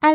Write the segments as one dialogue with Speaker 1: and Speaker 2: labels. Speaker 1: 艾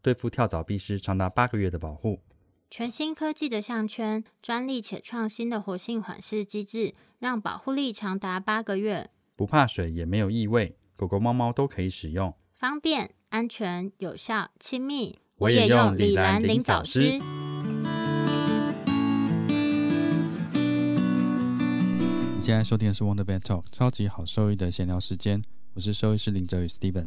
Speaker 2: 对付跳蚤必施长达八个月的保护。
Speaker 1: 全新科技的项圈，专利且创新的活性缓释机制，让保护力长达八个月，
Speaker 2: 不怕水也没有异味，狗狗、猫猫都可以使用。
Speaker 1: 方便、安全、有效、亲密。
Speaker 2: 我也用李兰林早师。
Speaker 3: 你现在收听的是 Wonder Vet Talk 超级好兽医的闲聊时间，我是兽医师林哲宇 Steven。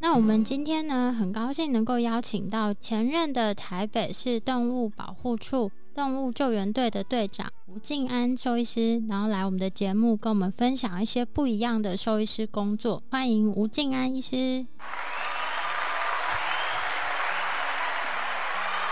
Speaker 1: 那我们今天呢，很高兴能够邀请到前任的台北市动物保护处动物救援队的队长吴静安兽医师，然后来我们的节目跟我们分享一些不一样的兽医师工作。欢迎吴静安医师。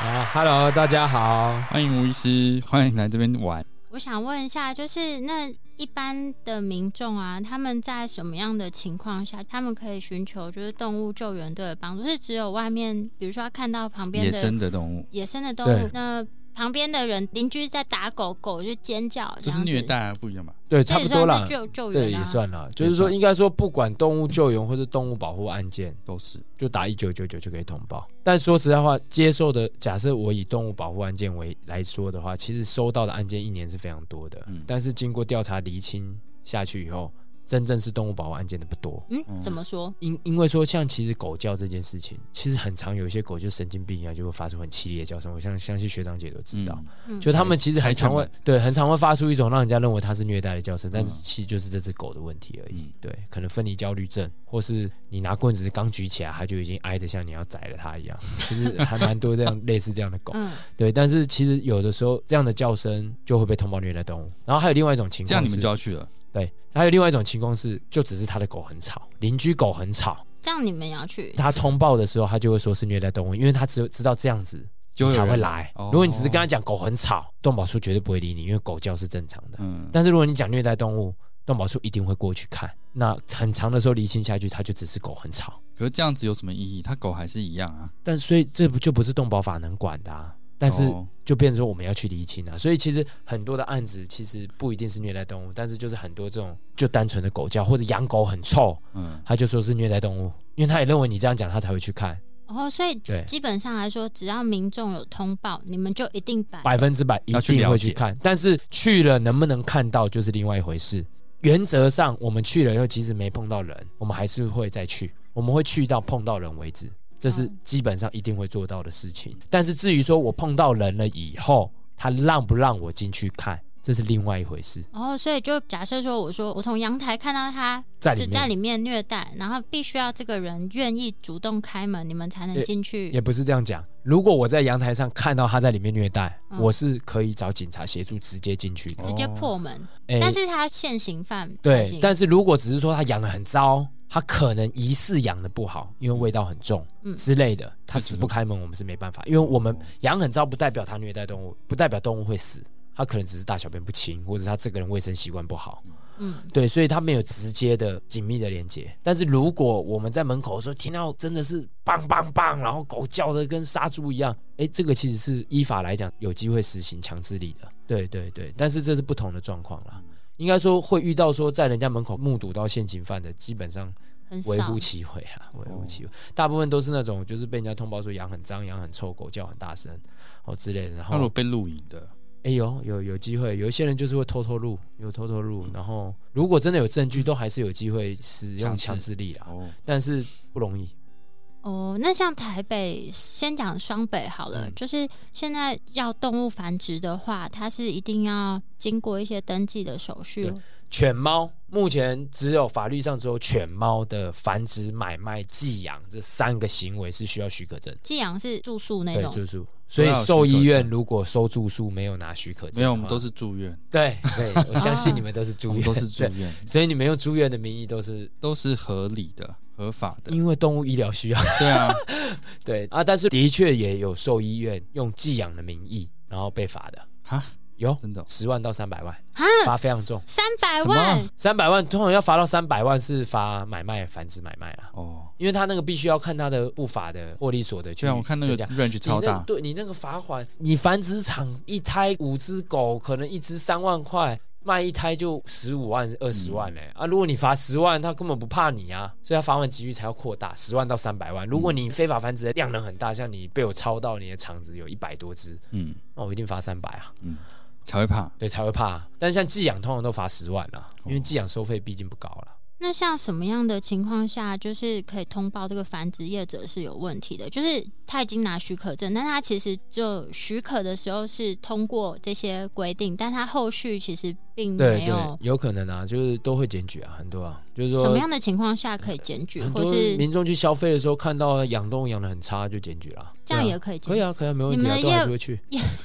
Speaker 4: 啊，Hello，大家好，
Speaker 3: 欢迎吴医师，欢迎来这边玩。
Speaker 1: 我想问一下，就是那一般的民众啊，他们在什么样的情况下，他们可以寻求就是动物救援队的帮助？是只有外面，比如说他看到旁边
Speaker 3: 野
Speaker 1: 的
Speaker 3: 生的动物
Speaker 1: 野生的动物
Speaker 4: 对，
Speaker 1: 那旁边的人邻居在打狗，狗就尖叫，这
Speaker 3: 就
Speaker 1: 样
Speaker 3: 是
Speaker 1: 子
Speaker 3: 虐，待啊，不一样吧？
Speaker 4: 对，
Speaker 1: 这
Speaker 4: 差
Speaker 1: 也
Speaker 4: 不多
Speaker 1: 算
Speaker 4: 啦
Speaker 1: 是，救救援、啊、
Speaker 4: 对，也算啦，就是说，应该说，不管动物救援或是动物保护案件，
Speaker 3: 都是
Speaker 4: 就打一九九九就可以通报。但说实在话，接受的假设我以动物保护案件为来说的话，其实收到的案件一年是非常多的，
Speaker 3: 嗯
Speaker 4: 但是经过调查厘清下去以后，真正是动物保护案件的不多。
Speaker 1: 嗯，怎么说？
Speaker 4: 因因为说，像其实狗叫这件事情，其实很常有一些狗就神经病一啊样，就会发出很凄厉的叫声。我相相信学长姐都知道，
Speaker 1: 嗯
Speaker 4: 就他们其实很常会
Speaker 3: 柴犬
Speaker 4: 对很常会发出一种让人家认为它是虐待的叫声，但是
Speaker 3: 嗯
Speaker 4: 其实就是这只狗的问题而已。
Speaker 3: 嗯
Speaker 4: 对，可能分离焦虑症，或是你拿棍子刚举起来，它就已经挨得像你要宰了 它一样，就是还蛮多这样类似这样的狗。
Speaker 1: 嗯，
Speaker 4: 对，但是其实有的时候这样的叫声就会被通报虐待动物。然后还有另外一种情
Speaker 3: 这样，
Speaker 4: 况
Speaker 3: 你们
Speaker 4: 是
Speaker 3: 就，要去了。
Speaker 4: 对，还有另外一种情况是，就只是他的狗很吵，邻居狗很吵，
Speaker 1: 这样你们也要去，
Speaker 4: 他通报的时候他就会说是虐待动物，因为他只有知道这样子
Speaker 3: 就有
Speaker 4: 才
Speaker 3: 人
Speaker 4: 会来。
Speaker 3: 哦
Speaker 4: 如果你只是跟他讲狗很吵，动保处绝对不会理你，因为狗叫是正常的。
Speaker 3: 嗯，
Speaker 4: 但是如果你讲虐待动物，动保处一定会过去看。那很长的时候厘清下去，它就只是狗很吵。
Speaker 3: 可是这样子有什么意义？它狗还是一样啊。
Speaker 4: 但所以这不就不是动保法能管的啊？但是
Speaker 3: 哦
Speaker 4: 就变成说我们要去厘清啊。所以其实很多的案子其实不一定是虐待动物，但是就是很多这种就单纯的狗叫或者养狗很臭，
Speaker 3: 嗯，
Speaker 4: 他就说是虐待动物，因为他也认为你这样讲他才会去看，
Speaker 1: 然后、哦所以
Speaker 4: 对
Speaker 1: 基本上来说，只要民众有通报，你们就一定摆
Speaker 4: 百分之百一
Speaker 3: 要去
Speaker 4: 定
Speaker 3: 了
Speaker 4: 会
Speaker 3: 解
Speaker 4: 去看。但是去了能不能看到就是另外一回事。原则上我们去了以后，即使没碰到人，我们还是会再去，我们会去到碰到人为止。这是
Speaker 1: 嗯
Speaker 4: 基本上一定会做到的事情。但是至于说我碰到人了以后，他让不让我进去看，这是另外一回事。
Speaker 1: 然哦后，所以就假设说，我说我从阳台看到他
Speaker 4: 在里
Speaker 1: 就在
Speaker 4: 面
Speaker 1: 里面虐待，然后必须要这个人愿意主动开门，你们才能进去
Speaker 4: 也。不是这样讲。如果我在阳台上看到他在里面虐待，
Speaker 1: 嗯
Speaker 4: 我是可以找警察协助直接进去的。
Speaker 1: 直接破门，
Speaker 4: 哎
Speaker 1: 但是他现行犯才
Speaker 4: 对
Speaker 1: 行，
Speaker 4: 但是如果只是说他养的很糟，他可能疑似养的不好，因为味道很重、
Speaker 1: 嗯
Speaker 4: 之类的，他死不开门，我们是没办法，因为我们养很糟不代表他虐待动物，不代表动物会死，他可能只是大小便不清，或者他这个人卫生习惯不好。
Speaker 1: 嗯，
Speaker 4: 对，所以他没有直接的紧密的连接。但是如果我们在门口的时候听到真的是棒棒棒，然后狗叫的跟杀猪一样，哎，这个其实是依法来讲有机会实行强制力的。对对对，但是这是不同的状况啦。应该说会遇到说在人家门口目睹到现行犯的，基本上
Speaker 1: 很
Speaker 4: 微
Speaker 1: 少
Speaker 4: 乎。其微啊，
Speaker 3: 哦
Speaker 4: 微乎其微。大部分都是那种就是被人家通报说羊很脏、羊很臭、狗叫很大声哦之类的。然
Speaker 3: 那如
Speaker 4: 后
Speaker 3: 果被录影的，
Speaker 4: 哎、有有有机会，有一些人就是会偷偷录，有偷偷
Speaker 3: 嗯
Speaker 4: 录，然后如果真的有证据，都还是有机会使用
Speaker 3: 强制
Speaker 4: 强制力啦，
Speaker 3: 哦，
Speaker 4: 但是不容易。
Speaker 1: 哦，那像台北，先讲双北好了，
Speaker 4: 嗯
Speaker 1: 就是现在要动物繁殖的话，它是一定要经过一些登记的手续哦
Speaker 4: 对。犬猫目前只有法律上只有犬猫的繁殖、买卖、寄养这三个行为是需要许可证，
Speaker 1: 寄养是住宿那
Speaker 4: 对
Speaker 1: 种，
Speaker 4: 住宿。所以
Speaker 3: 要有许
Speaker 4: 兽医
Speaker 3: 可
Speaker 4: 院
Speaker 3: 证
Speaker 4: 如果收住宿没有拿许可证的话，
Speaker 3: 没有，我们都是住院，
Speaker 4: 对对，我相信你们都是
Speaker 3: 我
Speaker 4: 住
Speaker 3: 们
Speaker 4: 院，
Speaker 3: 都是住
Speaker 4: 对
Speaker 3: 院，
Speaker 4: 所以你们用住院的名义都是
Speaker 3: 都是合理的、合法的。
Speaker 4: 因为动物医疗需要，
Speaker 3: 对啊，
Speaker 4: 对啊，但是的确也有兽医院用寄养的名义，然后被罚的，
Speaker 3: 哈，
Speaker 4: 有
Speaker 3: 真的哦
Speaker 4: 十万到三百万，
Speaker 1: 啊，
Speaker 4: 罚非常重，
Speaker 1: 三百
Speaker 3: 什么
Speaker 1: 万
Speaker 3: 啊
Speaker 4: 三百万通常要罚到三百万是罚买卖繁殖买卖啊，
Speaker 3: 哦，
Speaker 4: 因为他那个必须要看他的不法的获利所得去
Speaker 3: 对啊，我看那个
Speaker 4: 增加
Speaker 3: range 超
Speaker 4: 你那
Speaker 3: 大，
Speaker 4: 对你那个罚款，你繁殖场一胎五只狗，可能一只三万块，卖一胎就十五万、二十万嘞、
Speaker 3: 嗯
Speaker 4: 啊！如果你罚十万，他根本不怕你啊，所以他罚款几率才要扩大，十万到三百
Speaker 3: 嗯
Speaker 4: 万。如果你非法繁殖的量能很大，像你被我抄到你的场子有一百多只，
Speaker 3: 嗯
Speaker 4: 那我一定罚三百啊，
Speaker 3: 嗯，才会怕。
Speaker 4: 对，才会怕、啊。但是像寄养通常都罚十万啊，
Speaker 3: 哦
Speaker 4: 因为寄养收费毕竟不高了。
Speaker 1: 那像什么样的情况下，就是可以通报这个繁殖业者是有问题的？就是他已经拿许可证，但他其实就许可的时候是通过这些规定，但他后续其实并
Speaker 4: 对
Speaker 1: 没
Speaker 4: 对
Speaker 1: 有，。
Speaker 4: 有可能啊，就是都会检举啊，很多啊，就是
Speaker 1: 什么
Speaker 4: 说。呃
Speaker 1: 样的情况下可以检举，
Speaker 4: 很
Speaker 1: 或
Speaker 4: 多
Speaker 1: 是
Speaker 4: 民众去消费的时候，看到养动物养的很差，就检举了。
Speaker 1: 这样
Speaker 4: 对啊
Speaker 1: 也可以检
Speaker 4: 可
Speaker 1: 举？
Speaker 4: 以啊，可以啊，没问
Speaker 1: 你
Speaker 4: 题
Speaker 1: 们
Speaker 4: 啊，
Speaker 1: 的
Speaker 4: 都还
Speaker 1: 业
Speaker 4: 是会去。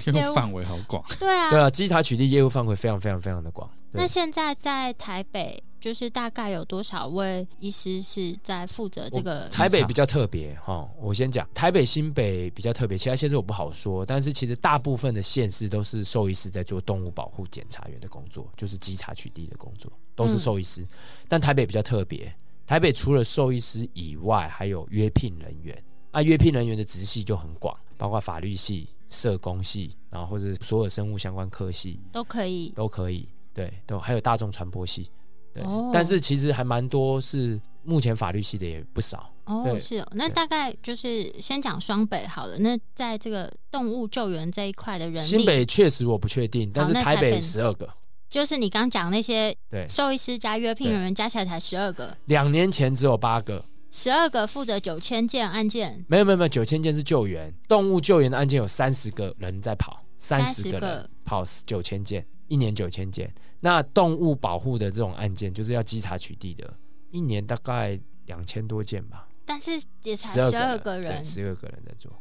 Speaker 3: 因
Speaker 1: 对
Speaker 3: 为
Speaker 1: 我
Speaker 3: 范围好广，
Speaker 1: 对啊，
Speaker 4: 对啊，稽查取缔业务范围非常非常非常的广。对
Speaker 1: 那现在在台北，就是大概有多少位医师是在负责这个？
Speaker 4: 台北比较特别哈、哦，我先讲台北、新北比较特别，其他县市我不好说。但是其实大部分的县市都是兽医师在做动物保护检查员的工作，就是稽查取缔的工作，都是兽医师。但台北比较特别，台北除了兽医师以外，还有约聘人员。啊，约聘人员的职系就很广，包括法律系、社工系，然后或者所有生物相关科系，
Speaker 1: 都可以
Speaker 4: 都可以，对，都还有大众传播系，对，
Speaker 1: 哦
Speaker 4: 但是其实还蛮多是目前法律系的也不少，
Speaker 1: 哦，
Speaker 4: 对
Speaker 1: 是哦。那
Speaker 4: 对
Speaker 1: 大概就是先讲双北好了。那在这个动物救援这一块的人力，
Speaker 4: 新北确实我不确定，但是
Speaker 1: 那
Speaker 4: 台
Speaker 1: 台
Speaker 4: 北
Speaker 1: 北
Speaker 4: 十二个，
Speaker 1: 就是你刚讲那些
Speaker 4: 对，
Speaker 1: 兽医师加约聘人员加起来才十二个，
Speaker 4: 两年前只有八个，
Speaker 1: 十二个负责九千件案件，
Speaker 4: 没有没有没有，九千件是救援，动物救援的案件有三十个人在跑，三十
Speaker 1: 30
Speaker 4: 个人
Speaker 1: 个
Speaker 4: 跑九千件，一年九千件，那动物保护的这种案件就是要稽查取缔的，一年大概两千多件吧。
Speaker 1: 但是也才
Speaker 4: 十
Speaker 1: 十二个人，
Speaker 4: 十二个人在做。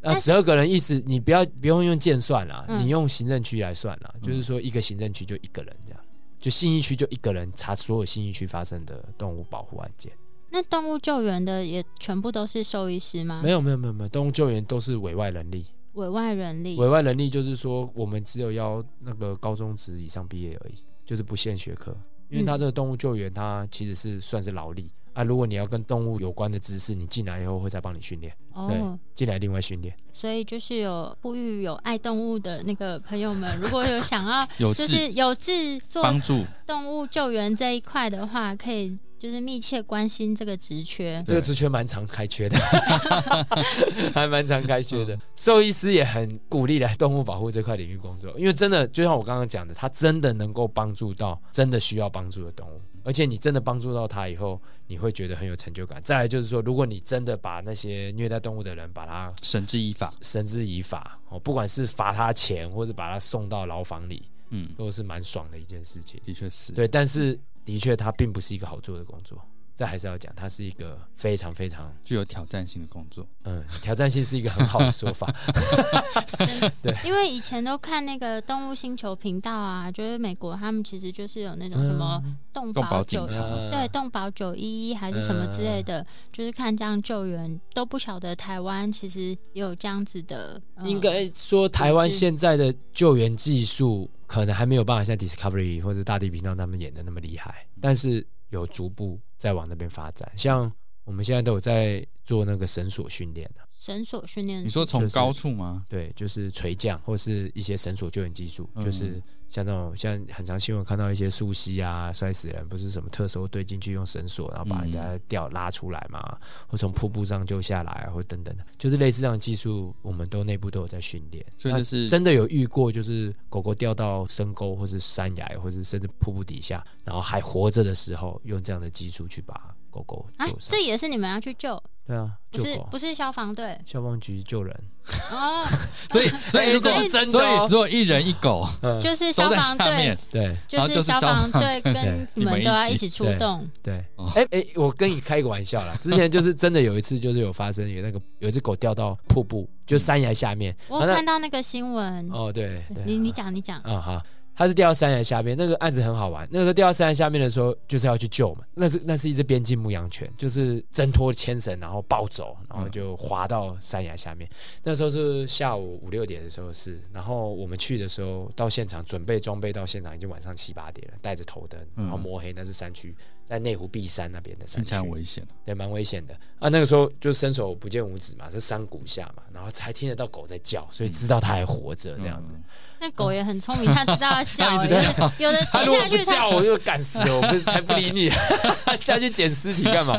Speaker 4: 那
Speaker 1: 但
Speaker 4: 十二个人意思，你不要不用用件算啦，
Speaker 1: 嗯
Speaker 4: 你用行政区来算啦，就是说一个行政区就一个人这样，就信义区就一个人查所有信义区发生的动物保护案件。
Speaker 1: 那动物救援的也全部都是兽医师吗
Speaker 4: 没？有没有没有没有，动物救援都是委外人力，
Speaker 1: 委外人力
Speaker 4: 委外人力就是说我们只有要那个高中职以上毕业而已，就是不限学科，因
Speaker 1: 嗯
Speaker 4: 为他这个动物救援它其实是算是劳力啊，如果你要跟动物有关的知识，你进来以后会再帮你训练，
Speaker 1: 哦
Speaker 4: 对。进来另外训练。
Speaker 1: 所以就是有呼吁有爱动物的那个朋友们，如果有想 要
Speaker 3: 有
Speaker 1: 就
Speaker 3: 志
Speaker 1: 是有志做
Speaker 3: 帮助，
Speaker 1: 动物救援这一块的话，可以就是密切关心这个职缺。
Speaker 4: 这个职缺蛮常开缺的，还蛮常开缺的。兽医师也很鼓励来动物保护这块领域工作，因为真的就像我刚刚讲的，它真的能够帮助到真的需要帮助的动物，而且你真的帮助到它以后，你会觉得很有成就感。再来就是说，如果你真的把那些虐待动物的人把它
Speaker 3: 绳之以法。
Speaker 4: 绳之以法，哦，不管是罚他钱或者把他送到牢房里，
Speaker 3: 嗯，
Speaker 4: 都是蛮爽的一件事情。
Speaker 3: 的确是。
Speaker 4: 对，但是的确它并不是一个好做的工作。这还是要讲，它是一个非常非常
Speaker 3: 具有挑战性的工作，
Speaker 4: 嗯，挑战性是一个很好的说法。
Speaker 1: 因为以前都看那个动物星球频道啊，就是美国他们其实就是有那种什么
Speaker 3: 嗯
Speaker 1: 动
Speaker 3: 动保
Speaker 1: 保
Speaker 3: 警
Speaker 1: 九
Speaker 3: 察
Speaker 4: 嗯
Speaker 1: 对动保九一一还是什么之类的，就是看这样救援都不晓得台湾其实也有这样子的，呃
Speaker 4: 应该说台湾现在的救援技术可能还没有办法像 Discovery 或者大地频道他们演的那么厉害，但是有逐步在往那边发展。像我们现在都有在做那个绳索训练啊
Speaker 1: 绳索训练
Speaker 3: 你说从
Speaker 4: 就是
Speaker 3: 高处吗？
Speaker 4: 对，就是垂降或是一些绳索救援技术，
Speaker 3: 嗯
Speaker 4: 就是像那种像很常新闻看到一些树溪啊摔死人，不是什么特搜队进去用绳索，然后把人
Speaker 3: 嗯
Speaker 4: 家吊拉出来嘛，或从瀑布上救下来啊，或等等的，就是类似这样的技术，我们都内部都有在训练。
Speaker 3: 所以
Speaker 4: 那
Speaker 3: 这是
Speaker 4: 真的有遇过，就是狗狗掉到深沟或是山崖，或是甚至瀑布底下，然后还活着的时候，用这样的技术去把狗狗
Speaker 1: 啊
Speaker 4: 救，上。
Speaker 1: 这也是你们要去救
Speaker 4: 对啊，
Speaker 1: 不
Speaker 4: 救
Speaker 1: 是
Speaker 4: 狗，
Speaker 1: 不是消防队
Speaker 4: 消防局救人，
Speaker 1: 哦，
Speaker 3: 所以所以如果
Speaker 1: 哎这是
Speaker 4: 真的
Speaker 3: 所以
Speaker 4: 哦
Speaker 3: 如果一人一狗
Speaker 4: 嗯，
Speaker 1: 就是消
Speaker 3: 都在
Speaker 1: 防
Speaker 3: 下
Speaker 1: 队
Speaker 3: 面，，
Speaker 4: 对
Speaker 3: 然
Speaker 1: 就
Speaker 3: 后就是是消
Speaker 1: 防
Speaker 3: 防
Speaker 1: 队跟你们
Speaker 3: 你们
Speaker 1: 都要
Speaker 3: 一
Speaker 1: 一
Speaker 3: 起
Speaker 1: 起出
Speaker 4: 对
Speaker 1: 动，
Speaker 4: 对。哎、
Speaker 3: 哦
Speaker 4: 哎、我跟你开个玩笑啦，之前就是真的有一次，就是有发生有那个有一只狗掉到瀑布，就山崖下面。
Speaker 1: 我
Speaker 4: 啊
Speaker 1: 有
Speaker 4: 那
Speaker 1: 看到那个新闻，
Speaker 4: 哦，对，对
Speaker 1: 你你讲你讲，
Speaker 4: 啊哈，它是掉到山崖下面。那个案子很好玩，那个时候掉到山崖下面的时候，就是要去救嘛。那是那是一只边境牧羊犬，就是挣脱牵绳，然后暴走，然后就滑到山崖下面。那时候是下午五六点的时候是，然后我们去的时候到现场准备装备到现场已经晚上七八点了，带着头灯，然后
Speaker 3: 嗯
Speaker 4: 摸黑，那是山区，在内湖碧山那边的山
Speaker 3: 听起
Speaker 4: 区
Speaker 3: 来。很危险。
Speaker 4: 对，蛮危险的啊。那个时候就伸手不见五指嘛，是山谷下嘛，然后才听得到狗在叫，所以知道它还活着这样子。
Speaker 3: 嗯
Speaker 1: 那狗也很聪明，它知道要叫
Speaker 3: 它一
Speaker 1: 欸，
Speaker 3: 直
Speaker 1: 就是有的
Speaker 4: 他
Speaker 1: 跌
Speaker 4: 如果
Speaker 1: 下
Speaker 4: 不
Speaker 1: 去它
Speaker 4: 叫，我就敢死 了，我不是才不理你， 下去捡尸体干嘛？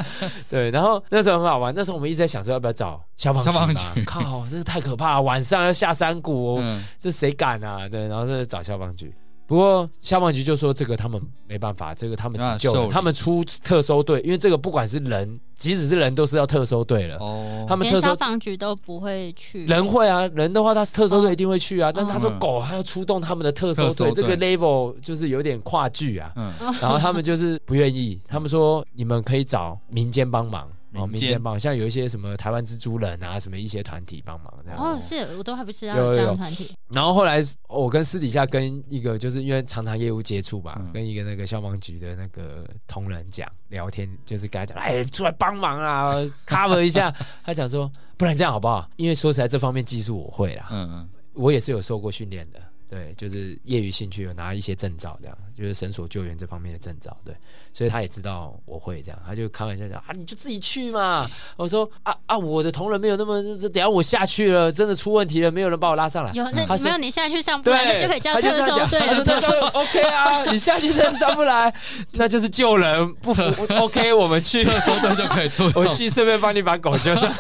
Speaker 4: 对，然后那时候很好玩，那时候我们一直在想说要不要找消防
Speaker 3: 消防
Speaker 4: 吧
Speaker 3: 局
Speaker 4: 靠，这个太可怕了，晚上要下山谷、哦，
Speaker 3: 嗯，
Speaker 4: 这谁敢啊？对，然后这找消防局。不过消防局就说这个他们没办法，这个他们
Speaker 3: 啊
Speaker 4: 自救
Speaker 3: 受
Speaker 4: 的，
Speaker 3: 理
Speaker 4: 他们出特搜队，因为这个不管是人，即使是人都是要特搜队了。
Speaker 3: 哦，
Speaker 4: 他们特
Speaker 1: 连消
Speaker 4: 搜
Speaker 1: 防局都不会去，
Speaker 4: 人会啊，人的话他特搜队一定会去啊，但是他说
Speaker 3: 嗯
Speaker 4: 狗还要出动他们的特搜
Speaker 3: 特
Speaker 4: 队，
Speaker 3: 搜
Speaker 4: 这
Speaker 3: 队
Speaker 4: 个 level 就是有点跨距啊。
Speaker 3: 嗯
Speaker 4: 然后他们就是不愿意，他们说你们可以找民间帮忙，哦，
Speaker 3: 民
Speaker 4: 民
Speaker 3: 间
Speaker 4: 间帮忙，像有一些什么台湾蜘蛛人啊，什么一些团体帮忙
Speaker 3: 嗯
Speaker 4: 这样。
Speaker 1: 哦，是我都还不知道
Speaker 4: 有有
Speaker 1: 有这样
Speaker 4: 有
Speaker 1: 的团体，
Speaker 4: 然后后来哦我跟私底下跟一个，就是因为常常业务接触吧，
Speaker 3: 嗯
Speaker 4: 跟一个那个消防局的那个同仁讲聊天，就是跟他讲，哎，出来帮忙啊，cover 一下。他讲说，不然这样好不好？因为说实在这方面技术我会啦，
Speaker 3: 嗯
Speaker 1: 哦
Speaker 3: 嗯，
Speaker 4: 我也是有受过训练的，对，就是业余兴趣有拿一些证照，这样就是绳索救援这方面的证照，对，所以他也知道我会这样，他就开玩笑讲啊，你就自己去嘛。我说啊啊，我的同仁没有那么，这等一下我下去了，真的出问题了，没有人把我拉上来。
Speaker 1: 有
Speaker 4: 他
Speaker 1: 那
Speaker 4: 说
Speaker 1: 没有你下去上
Speaker 4: 对，
Speaker 1: 班，他就可以叫
Speaker 4: 他就
Speaker 1: 特
Speaker 4: 这样
Speaker 1: 搜
Speaker 4: 讲
Speaker 1: 队
Speaker 4: 他就这
Speaker 1: 了
Speaker 4: 样。说 OK 啊，你下去真的上不来，那就是救人，不服 OK 我们去。
Speaker 3: 特搜队就可以出动
Speaker 4: 我。去顺便帮你把狗救上，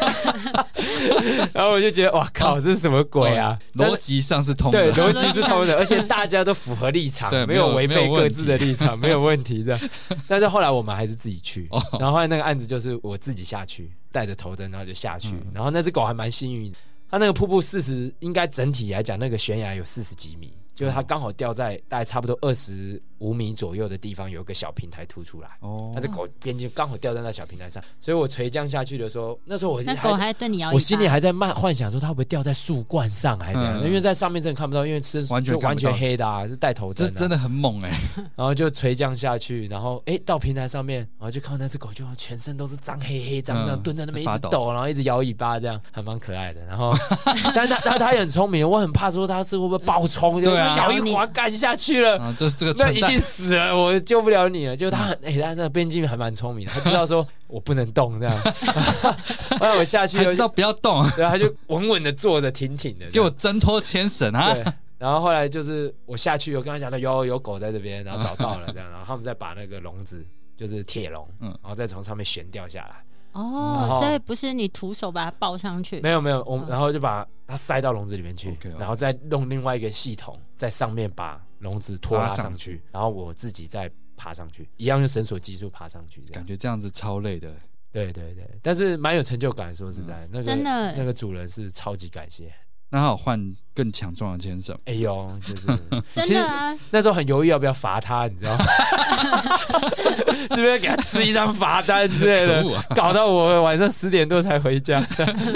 Speaker 4: 然后我就觉得哇靠，这是什么鬼啊？但
Speaker 3: 哦逻辑上是通
Speaker 4: 对，
Speaker 3: 的。
Speaker 4: 逻辑是通的，而且大家都符合立场
Speaker 3: 对，
Speaker 4: 没有
Speaker 3: 没有
Speaker 4: 违
Speaker 3: 没
Speaker 4: 背
Speaker 3: 有问
Speaker 4: 各
Speaker 3: 题
Speaker 4: 自的立场，没有问题 的。但是后来我们还是自己去，然后后来那个案子就是我自己下去，带着头灯，然后就下去，然后那只狗还蛮幸运，它那个瀑布四十，应该整体来讲那个悬崖有四十几米，就是它刚好掉在大概差不多二十五米左右的地方，有一个小平台凸出来。
Speaker 3: 哦
Speaker 4: 那，只狗边境刚好掉在那小平台上，所以我垂降下去的时候，那时候我
Speaker 1: 那
Speaker 4: 还
Speaker 1: 狗还对你摇尾巴，
Speaker 4: 我心里还在慢幻想说它会不会掉在树冠上，还是怎样？
Speaker 3: 嗯
Speaker 4: 因为在上面真的看不到，因为是
Speaker 3: 完全
Speaker 4: 就完
Speaker 3: 看不到
Speaker 4: 全黑的啊，是带头灯、
Speaker 3: 这
Speaker 4: 啊，
Speaker 3: 真的很猛哎。
Speaker 4: 然后就垂降下去，然后哎、到平台上面，然后就看到那只狗就全身都是脏黑黑脏脏，
Speaker 3: 嗯
Speaker 4: 蹲在那边一
Speaker 3: 发
Speaker 4: 直
Speaker 3: 抖
Speaker 4: 抖，然后一直摇尾巴，这样还蛮可爱的。然后，但是它它它也很聪明，我很怕说它是会不会爆冲，就
Speaker 3: 对啊
Speaker 4: 脚一滑干下去了。
Speaker 3: 啊，就是这个
Speaker 4: 那
Speaker 3: 蠢
Speaker 4: 一
Speaker 3: 蛋
Speaker 4: 定死了，我救不了你了。就
Speaker 3: 嗯
Speaker 4: 他很，哎、他那边境还蛮聪明的，他知道说我不能动这样。 后来我下去
Speaker 3: 还
Speaker 4: 了，
Speaker 3: 知道不要动，啊
Speaker 4: 对，他就稳稳的坐着，挺挺的。
Speaker 3: 给我挣脱牵绳啊！
Speaker 4: 对。然后后来就是我下去，我跟他讲到有有狗在这边，然后找到了这样，然后他们再把那个笼子，就是铁笼，
Speaker 3: 嗯
Speaker 4: 然后再从上面悬吊下来。然
Speaker 1: 哦
Speaker 4: 后，
Speaker 1: 所以不是你徒手把它抱上去
Speaker 4: 嗯没，有没有，我们
Speaker 1: 嗯
Speaker 4: 然后就把它塞到笼子里面去
Speaker 3: OK，OK
Speaker 4: 然后再弄另外一个系统在上面把笼子拖拉
Speaker 3: 拉上
Speaker 4: 上去，然后我自己再爬上去，一样用绳索技术爬上去这样
Speaker 3: 感。觉这样子超累的。
Speaker 4: 对对对，但是蛮有成就感，说实在，
Speaker 3: 嗯
Speaker 4: 那个
Speaker 1: 真的
Speaker 4: 那个主人是超级感谢。
Speaker 3: 那还有换更强壮的牵绳，
Speaker 4: 哎呦，就是
Speaker 1: 真的啊，
Speaker 4: 那时候很犹豫要不要罚他，你知道吗？是不是给他吃一张罚单之类 的
Speaker 3: 可恶啊？
Speaker 4: 搞到我晚上十点多才回家。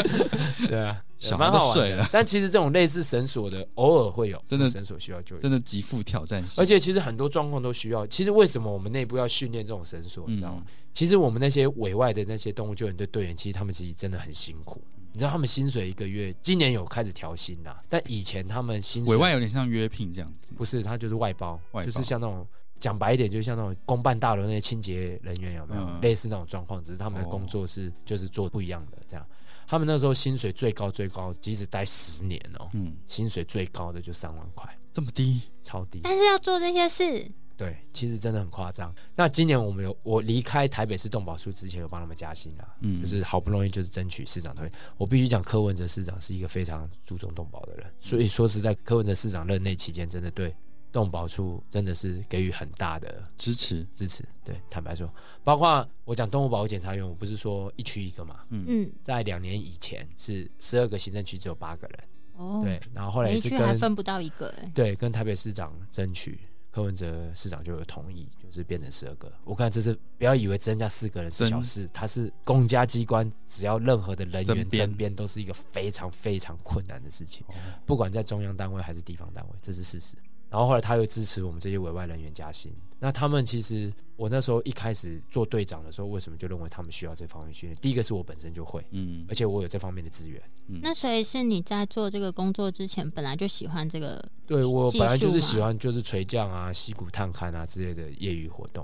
Speaker 4: 对啊，
Speaker 3: 小孩
Speaker 4: 蛮
Speaker 3: 都
Speaker 4: 好玩
Speaker 3: 睡了
Speaker 4: 的。但其实这种类似绳索的，偶尔会有，
Speaker 3: 真的
Speaker 4: 有绳索需要救援。
Speaker 3: 真的极富挑战性。
Speaker 4: 而且其实很多状况都需要。其实为什么我们内部要训练这种绳索，你知道吗？
Speaker 3: 嗯
Speaker 4: 其实我们那些委外的那些动物救援队队员，其实他们其实真的很辛苦。你知道他们薪水一个月，今年有开始调薪啦，但以前他们薪水
Speaker 3: 委外有点像约聘这样子，
Speaker 4: 不是，他就是外包，
Speaker 3: 外包
Speaker 4: 就是像那种讲白一点，就像那种公办大楼那些清洁人员有没有、
Speaker 3: 嗯
Speaker 4: 类似那种状况？只是他们的
Speaker 3: 哦
Speaker 4: 工作是、就是做不一样的这样。他们那时候薪水最高最高，即使待十年哦、
Speaker 3: 嗯，
Speaker 4: 薪水最高的就三万块，
Speaker 3: 这么低，
Speaker 4: 超低。
Speaker 1: 但是要做这些事，
Speaker 4: 对，其实真的很夸张。那今年我们有我离开台北市动保处之前，有帮他们加薪啊啦，
Speaker 3: 嗯
Speaker 4: 就是好不容易就是争取市长推。我必须讲，柯文哲市长是一个非常注重动保的人，所以说实在，柯文哲市长任内期间真的对动保处真的是给予很大的
Speaker 3: 支持，
Speaker 4: 支持。对，坦白说，包括我讲动物保护检察员，我不是说一区一个嘛，
Speaker 1: 嗯，
Speaker 4: 在两年以前是十二个行政区只有八个人，
Speaker 1: 哦，
Speaker 4: 对，，然后后来
Speaker 1: 每
Speaker 4: 也
Speaker 1: 一
Speaker 4: 是
Speaker 1: 区还
Speaker 4: 跟
Speaker 1: 分不到一个，哎，
Speaker 4: 对跟台北市长争取。柯文哲市长就有同意，就是变成十二个。我看这是不要以为增加四个人是
Speaker 3: 增
Speaker 4: 小事，它是公家机关，只要任何的人
Speaker 3: 增
Speaker 4: 员
Speaker 3: 编
Speaker 4: 增编都是一个非常非常困难的事情。
Speaker 3: 哦
Speaker 4: 不管在中央单位还是地方单位，这是事实。然后后来他又支持我们这些委外人员加薪。那他们其实，我那时候一开始做队长的时候，为什么就认为他们需要这方面训练？第一个是我本身就会，
Speaker 3: 嗯
Speaker 4: 而且我有这方面的资源。
Speaker 1: 那所以是你在做这个工作之前，本来就喜欢这个，
Speaker 4: 对我
Speaker 1: 技术
Speaker 4: 本来就是
Speaker 1: 嘛
Speaker 4: 喜欢就是垂降啊、溪谷探勘啊之类的业余活动。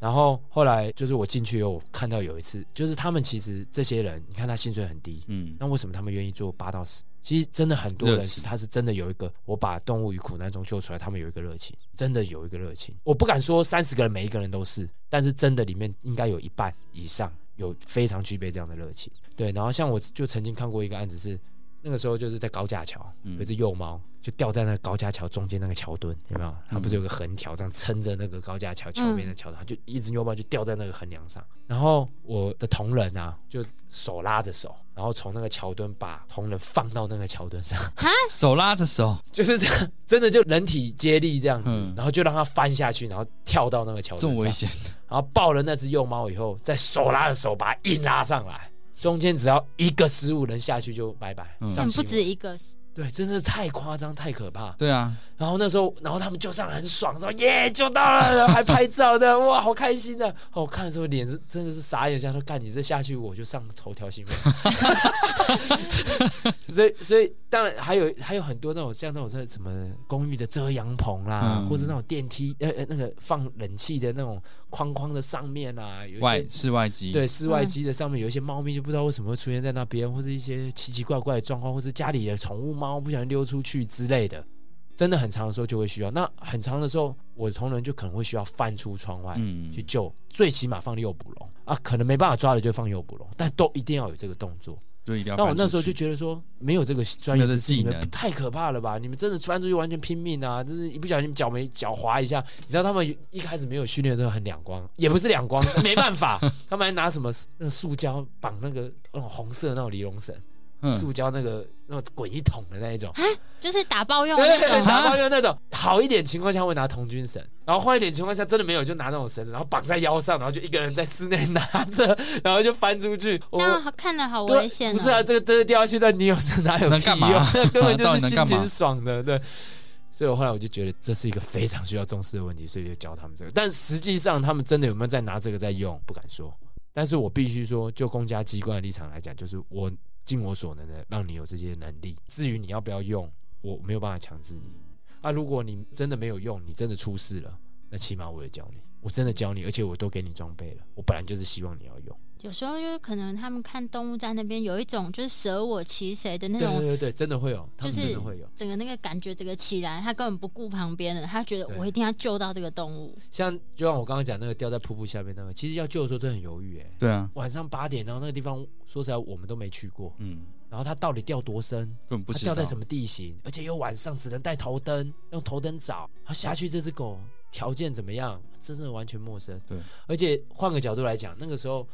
Speaker 4: 然后后来就是我进去以后，我看到有一次，就是他们其实这些人，你看他薪水很低，
Speaker 3: 嗯
Speaker 4: 那为什么他们愿意做八到十？其实真的很多
Speaker 3: 热
Speaker 4: 人
Speaker 3: 情
Speaker 4: 是他是真的有一个，我把动物与苦难中救出来，他们有一个热情，真的有一个热情。我不敢说三十个人每一个人都是，但是真的里面应该有一半以上有非常具备这样的热情。对，然后像我就曾经看过一个案子是，那个时候就是在高架桥，
Speaker 3: 嗯
Speaker 4: 有一只幼猫就掉在那个高架桥中间那个桥墩，有没有？它不是有个横条这样撑着那个高架桥桥
Speaker 1: 嗯
Speaker 4: 边的桥墩，它就一只牛猫就掉在那个横梁上。然后我的同仁啊，就手拉着手，然后从那个桥墩把同仁放到那个桥墩上，
Speaker 3: 手拉着手，
Speaker 4: 就是这样，真的就人体接力这样子，
Speaker 3: 嗯
Speaker 4: 然后就让它翻下去，然后跳到那个桥
Speaker 3: 这
Speaker 4: 墩
Speaker 3: 么
Speaker 4: 上
Speaker 3: 危，险，
Speaker 4: 然后抱了那只幼猫以后，再手拉着手把它硬拉上来。中间只要一个失误，人下去就拜拜。
Speaker 3: 嗯
Speaker 4: 上
Speaker 1: 不
Speaker 4: 新闻
Speaker 1: 止一个，
Speaker 4: 对，真是太夸张，太可怕。
Speaker 3: 对啊，
Speaker 4: 然后那时候，然后他们救上来很爽，说耶救到了， 然后还拍照的，哇，好开心的。哦我看的时候脸是真的是傻眼，想说干你这下去我就上头条新闻。 所以所以当然还有还有很多那种像那种在什么公寓的遮阳棚啦，
Speaker 3: 嗯
Speaker 4: 或者那种电梯呃呃那个放冷气的那种框框的上面啦，有一
Speaker 3: 外
Speaker 4: 些。
Speaker 3: 室外机，
Speaker 4: 对，室外
Speaker 1: 嗯
Speaker 4: 机的上面有一些猫咪，就不知道为什么会出现在那边，或者一些奇奇怪怪的状况，或是家里的宠物猫不小心溜出去之类的，真的很长的时候就会需要。那很长的时候，我的同仁就可能会需要翻出窗外、
Speaker 3: 嗯，
Speaker 4: 去救，最起码放诱捕笼啊，可能没办法抓了就放诱捕笼，但都一定要有这个动作。
Speaker 3: 就一定要
Speaker 4: 那我
Speaker 3: 啊翻
Speaker 4: 那
Speaker 3: 出
Speaker 4: 时候就
Speaker 3: 去
Speaker 4: 觉得说，没有这个专
Speaker 3: 没
Speaker 4: 业
Speaker 3: 有这
Speaker 4: 知识，
Speaker 3: 技
Speaker 4: 你
Speaker 3: 能
Speaker 4: 们太可怕了吧？你们真的翻出去完全拼命啊！就是一不小心脚没脚滑一下，你知道他们一开始没有训练的时候很两光，也不是两光，没办 法，他们还拿什么那个塑胶绑那个那种红色的那种尼龙绳，
Speaker 3: 嗯
Speaker 4: 塑胶那个那种滚一桶的那一
Speaker 1: 啊
Speaker 4: 种。
Speaker 1: 就是打包用的
Speaker 4: 对
Speaker 1: 那
Speaker 4: 对对，
Speaker 1: 种，
Speaker 4: 拿
Speaker 3: 啊
Speaker 4: 到用那种好一点情况下会拿童军绳，然后坏一点情况下真的没有就拿那种绳子，然后绑在腰上，然后就一个人在室内 拿着，然后就翻出去。
Speaker 1: 这
Speaker 4: 我
Speaker 1: 样看了好
Speaker 4: 对
Speaker 1: 危险
Speaker 4: 不是啊，
Speaker 1: 哦。
Speaker 4: 这个真的掉下去，但你有这哪 有
Speaker 3: 能
Speaker 4: 屁
Speaker 3: 干嘛
Speaker 4: 用？那 根本
Speaker 3: 到底能
Speaker 4: 就是心
Speaker 3: 干嘛
Speaker 4: 情爽的，对。所以我后来我就觉得这是一个非常需要重视的问题，所以就教他们这个。但实际上他们真的有没有在拿这个在用，不敢说。但是我必须说，就公家机关的立场来讲，就是我尽我所能的让你有这些能力。至于你要不要用，我没有办法强制你。啊，如果你真的没有用，你真的出事了，那起码我也教你，我真的教你，而且我都给你装备了。我本来就是希望你要用。
Speaker 1: 有时候就是可能他们看动物在那边有一种就是舍我其谁的那
Speaker 4: 对对
Speaker 1: 种，
Speaker 4: 对对，真的会有，他
Speaker 1: 就
Speaker 4: 们真
Speaker 1: 是
Speaker 4: 的会有。
Speaker 1: 整个那个感觉整个起来，他根本不顾旁边的，他觉得
Speaker 4: 对
Speaker 1: 我一定要救到这个动物。
Speaker 4: 像就像我刚刚讲那个掉在瀑布下面那个，其实要救的时候真的很犹豫哎、
Speaker 3: 对啊，
Speaker 4: 晚上八点，然后那个地方说实在我们都没去过，
Speaker 3: 嗯，
Speaker 4: 然后它到底掉多深，
Speaker 3: 根本不
Speaker 4: 它
Speaker 3: 知
Speaker 4: 掉
Speaker 3: 道
Speaker 4: 在什么地形，而且又晚上只能带头灯，用头灯找。它下去这只狗条件怎么样，真的完全陌生。
Speaker 3: 对，
Speaker 4: 而且换个角度来讲，那个时候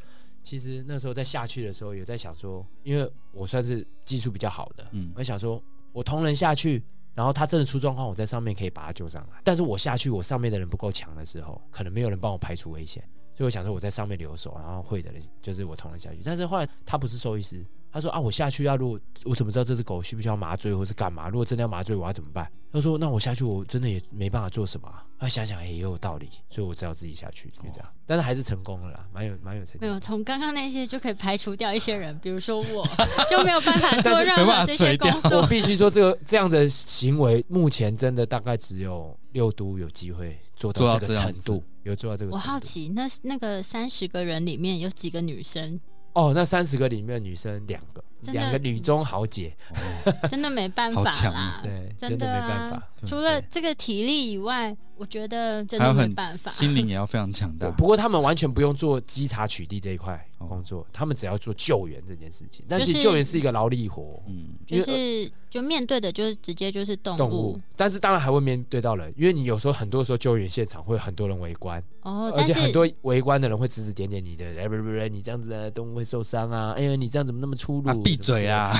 Speaker 4: 其实那时候在下去的时候有在想说，因为我算是技术比较好的，
Speaker 3: 嗯
Speaker 4: 嗯，我想说我同人下去，然后他真的出状况，我在上面可以把他救上来。但是我下去，我上面的人不够强的时候，可能没有人帮我排除危险，所以我想说我在上面留守，然后会的人就是我同人下去。但是后来他不是兽医师，他说啊，我下去要、啊、如果我怎么知道这只狗需不需要麻醉或是干嘛？如果真的要麻醉，我要怎么办？他说那我下去我真的也没办法做什么、啊。他想想、哎也有道理，所以我只好自己下去，就这样。但是还是成功了啦，蛮有蛮有成
Speaker 1: 没
Speaker 4: 就
Speaker 1: 有，。从刚刚那些就可以排除掉一些人，比如说我 就没有办法做任
Speaker 3: 没
Speaker 1: 何
Speaker 3: 办法
Speaker 1: 这
Speaker 3: 垂
Speaker 1: 些
Speaker 3: 钓
Speaker 1: 工作
Speaker 4: 我。 必须说，这个这样的行为，目前真的大概只有六都有机会做
Speaker 3: 做到
Speaker 4: 到这
Speaker 3: 这
Speaker 4: 个
Speaker 3: 样
Speaker 4: 程度
Speaker 3: 子，
Speaker 4: 有做到这个
Speaker 1: 我
Speaker 4: 程
Speaker 1: 好
Speaker 4: 度。
Speaker 1: 奇，那那个三十个人里面有几个女生？
Speaker 4: 哦，那三十个里面女生两个，
Speaker 1: 真的
Speaker 4: 两个女中豪杰，
Speaker 3: 哦
Speaker 1: 真的没办
Speaker 3: 好
Speaker 1: 法
Speaker 3: 强
Speaker 1: 啦
Speaker 3: 啊，
Speaker 4: 对，
Speaker 1: 真
Speaker 4: 真的
Speaker 1: 的
Speaker 4: 没
Speaker 1: 啊
Speaker 4: 办法。
Speaker 1: 除了
Speaker 4: 对
Speaker 1: 这个体力以外，我觉得真
Speaker 3: 还有
Speaker 1: 的没
Speaker 3: 很
Speaker 1: 办法。
Speaker 3: 心灵也要非常强大
Speaker 4: 对，不过他们完全不用做稽查取缔这一块，
Speaker 3: 哦
Speaker 4: 工作，他们只要做救援这件事情。但
Speaker 1: 就是是
Speaker 4: 救援是一个劳力活，
Speaker 3: 嗯，
Speaker 4: 因
Speaker 1: 就
Speaker 4: 为呃
Speaker 1: 是就面对的就是直接就是动物，
Speaker 4: 动物，但是当然还会面对到人，因为你有时候很多时候救援现场会有很多人围观，
Speaker 1: 哦，
Speaker 4: 而
Speaker 1: 但
Speaker 4: 且
Speaker 1: 是
Speaker 4: 很多围观的人会指指点点你的，哎不是不是，你这样子、啊、动物会受伤啊，哎呀你这样怎么那么粗鲁？
Speaker 3: 啊，闭嘴啊，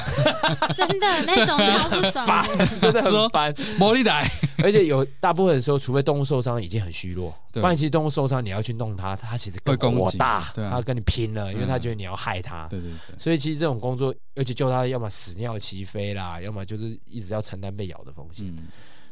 Speaker 1: 真的那 种超不爽的，
Speaker 4: 什么之类 的！真的很烦，
Speaker 3: 魔力来，
Speaker 4: 而且有大部分的时候，除非动物受伤已经很虚弱，不
Speaker 3: 对
Speaker 4: 然其实动物受伤你要去弄它，它其实更
Speaker 3: 会攻击
Speaker 4: 火大，
Speaker 3: 对啊
Speaker 4: 它跟你拼了，因为它
Speaker 3: 嗯
Speaker 4: 觉得你要害它。
Speaker 3: 对对对，
Speaker 4: 所以其实这种工作，而且救它，要么屎尿齐飞啦，要么就是一直要承担被咬的风险。
Speaker 3: 嗯，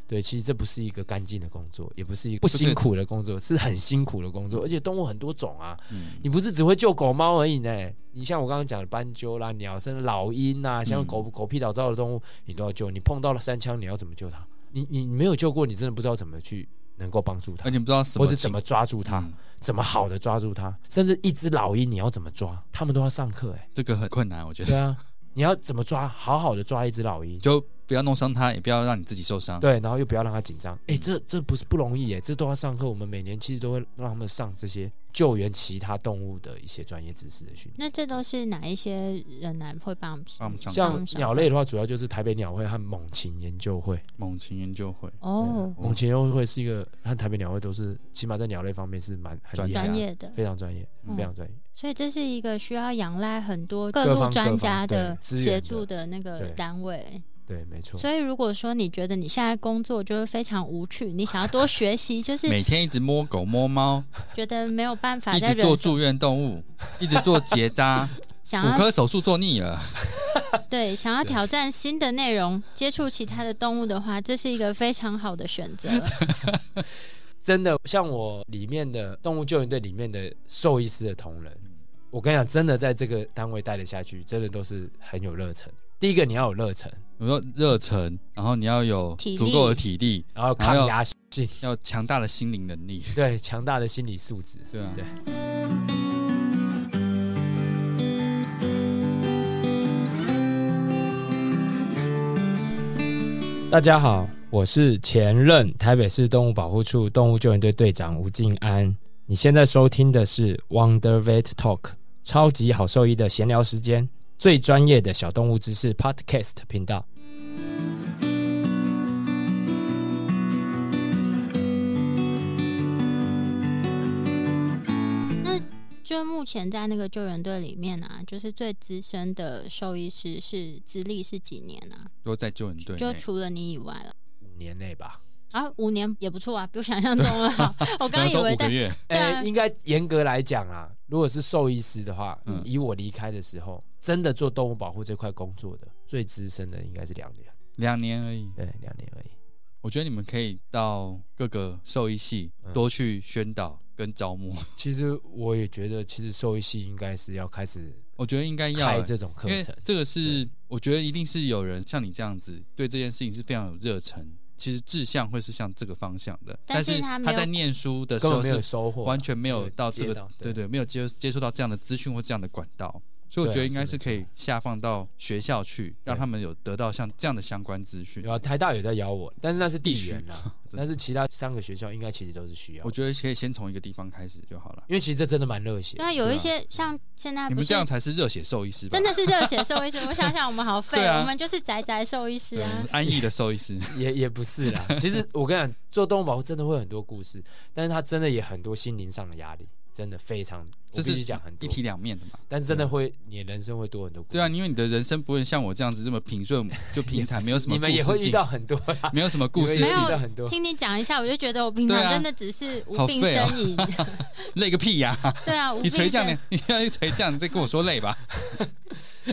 Speaker 4: 对，其实这不是一个干净的工作，也不是一个不辛苦的工作，是很辛苦的工作。而且动物很多种啊，
Speaker 3: 嗯
Speaker 4: 你不是只会救狗猫而已呢。你像我刚刚讲的斑鸠啦、鸟，甚至老鹰啊，像
Speaker 3: 嗯
Speaker 4: 狗、狗屁倒灶的动物，你都要救。你碰到了三枪，你要怎么救它？你你你没有救过，你真的不知道怎么去能够帮助它
Speaker 3: 而，且不知道哎什
Speaker 4: 或
Speaker 3: 么
Speaker 4: 者怎么抓住它，
Speaker 3: 嗯
Speaker 4: 怎么好的抓住它。甚至一只老鹰，你要怎么抓？他们都要上 课哎、
Speaker 3: 这个很困难，我觉
Speaker 4: 对
Speaker 3: 得
Speaker 4: 啊，你要怎么抓？好好的抓一只老鹰。
Speaker 3: 就不要弄伤它，也不要让你自己受伤。
Speaker 4: 对，然后又不要让他紧张。哎、这这不是不容易哎，这都要上课。我们每年其实都会让他们上这些救援其他动物的一些专业知识的训练。
Speaker 1: 那这都是哪一些人来会帮我们
Speaker 3: 帮我们
Speaker 1: 帮
Speaker 3: 上
Speaker 1: 我
Speaker 4: 像
Speaker 1: 们上
Speaker 4: 鸟
Speaker 1: 课
Speaker 4: 类的话，主要就是台北鸟会和猛禽研究会。
Speaker 3: 猛禽研究会，
Speaker 1: 哦，
Speaker 4: 猛禽研究会是一个和台北鸟会都是，起码在鸟类方面是蛮很厉害
Speaker 3: 专
Speaker 1: 专
Speaker 4: 的，
Speaker 1: 业的，
Speaker 4: 非常专业，
Speaker 3: 嗯
Speaker 4: 非常专业。
Speaker 1: 所以这是一个需要仰赖很多各
Speaker 4: 各
Speaker 1: 路
Speaker 4: 方各
Speaker 1: 专
Speaker 4: 方
Speaker 1: 家
Speaker 4: 对
Speaker 1: 的
Speaker 4: 资源
Speaker 1: 协
Speaker 4: 的
Speaker 1: 助的那个
Speaker 4: 对
Speaker 1: 单位。
Speaker 4: 对，没错。
Speaker 1: 所以如果说你觉得你现在工作就是非常无趣，你想要多学习， 就是
Speaker 3: 每天一直摸狗摸猫，
Speaker 1: 觉得没有办法
Speaker 3: 一
Speaker 1: 在
Speaker 3: 直
Speaker 1: 人
Speaker 3: 做
Speaker 1: 手
Speaker 3: 住院动物，一直做结 扎，
Speaker 1: 想
Speaker 3: 骨
Speaker 1: 要
Speaker 3: 科手术做腻了。
Speaker 1: 对想要
Speaker 4: 对啊
Speaker 1: 挑战新的内容，接触其他的动物的话，这是一个非常好的选 择。
Speaker 4: 真的，像我里面的动物救援队里面的兽医师的同仁，我跟你讲，真的在这个单位待得下去，真的都是很有热忱。第一个你要有热忱，
Speaker 3: 我说热忱，然后你要有
Speaker 1: 体力
Speaker 3: 足够的体力，
Speaker 4: 然后
Speaker 3: 还
Speaker 4: 抗
Speaker 3: 有
Speaker 4: 压性，
Speaker 3: 要强大的心灵能力。
Speaker 4: 对，强大的心理素质。
Speaker 3: 对啊，
Speaker 4: 对大家好，我是前任台北市动物保护处动物救援队队长吴静安。你现在收听的是 Wonder Vet Talk 超级好兽医的闲聊时间，最专业的小动物知识 Podcast 频道。
Speaker 1: 就目前在那个救援队里面啊，就是最资深的兽医师是资历是几年啊？
Speaker 3: 都在救援队
Speaker 1: 就
Speaker 3: 内。
Speaker 1: 除了你以外了
Speaker 4: 五年内吧，
Speaker 1: 啊，五年也不错啊，比我想象中的 好。我刚
Speaker 3: 刚
Speaker 1: 刚以
Speaker 3: 说
Speaker 1: 为
Speaker 3: 五个
Speaker 1: 在
Speaker 3: 月，
Speaker 1: 对啊
Speaker 4: 哎、应该严格来讲啦，如果是兽医师的话，
Speaker 3: 嗯
Speaker 4: 以我离开的时候，真的做动物保护这块工作的最资深的应该是两年，
Speaker 3: 两年而已。
Speaker 4: 对，两年而已。
Speaker 3: 我觉得你们可以到各个兽医系
Speaker 4: 嗯
Speaker 3: 多去宣导跟招募。
Speaker 4: 其实我也觉得，其实兽医系应该是要开始
Speaker 3: 我觉得应该要
Speaker 4: 开
Speaker 3: 欸，
Speaker 4: 这种课
Speaker 3: 因为
Speaker 4: 程。
Speaker 3: 这个是我觉得一定是有人像你这样子对这件事情是非常有热忱，其实志向会是向这个方向的。
Speaker 1: 但
Speaker 3: 但
Speaker 1: 是
Speaker 3: 是
Speaker 1: 他没有
Speaker 3: 在念书的时
Speaker 4: 根本
Speaker 3: 候
Speaker 4: 没
Speaker 3: 是
Speaker 4: 有收获啊，
Speaker 3: 完全没有到这
Speaker 4: 接
Speaker 3: 个
Speaker 4: 到，对
Speaker 3: 对对，没有接接触到这样的资讯或这样的管道，所以我
Speaker 4: 对啊
Speaker 3: 觉得应该
Speaker 4: 是
Speaker 3: 是
Speaker 4: 没
Speaker 3: 可以下放到学校去，让
Speaker 4: 对
Speaker 3: 他们有得到像这样的相关资讯
Speaker 4: 有。啊，台大有在邀我，但是那是地缘啦，
Speaker 3: 啊真的
Speaker 4: 但是其他三个学校应该其实都是需要
Speaker 3: 我，觉得可以先从一个地方开始就好了。
Speaker 4: 因为其实这真的蛮热血
Speaker 1: 对。啊，有
Speaker 3: 对
Speaker 1: 一
Speaker 3: 啊
Speaker 1: 些像现在
Speaker 3: 你
Speaker 1: 不
Speaker 3: 们
Speaker 1: 是
Speaker 3: 这样才是热血兽医师吧？
Speaker 1: 真的是热血兽医师，我想想我们好废
Speaker 3: 对啊
Speaker 1: 哦，我们就是宅宅兽医师
Speaker 3: 对，我
Speaker 1: 啊
Speaker 3: 们。安逸的兽医 师，
Speaker 4: 也也不是 啦，其实我跟你讲，做动物保护真的会有很多故事，但是它真的也很多心灵上的压力，真的非常，我
Speaker 3: 这
Speaker 4: 必
Speaker 3: 是
Speaker 4: 须讲很
Speaker 3: 一
Speaker 4: 多，
Speaker 3: 体两面的嘛。
Speaker 4: 但是真的会，你的人生会多很多故事。
Speaker 3: 对啊，因为你的人生不会像我这样子这么平顺，就平坦，没有什么
Speaker 4: 你 们也
Speaker 3: 故
Speaker 4: 会
Speaker 3: 事
Speaker 4: 遇
Speaker 3: 性，
Speaker 4: 到很多啦，
Speaker 3: 没有什么 故事
Speaker 4: 你们也
Speaker 1: 性
Speaker 4: 遇到很多。
Speaker 1: 听你讲一下，我就觉得我平常
Speaker 3: 对啊
Speaker 1: 真的只是无
Speaker 3: 好
Speaker 1: 病
Speaker 3: 废哦
Speaker 1: 呻 吟。
Speaker 3: 累个屁呀！
Speaker 1: 对啊，无
Speaker 3: 你
Speaker 1: 病
Speaker 3: 垂降
Speaker 1: 呻
Speaker 3: 呢？你要一垂降，你再跟我说累吧？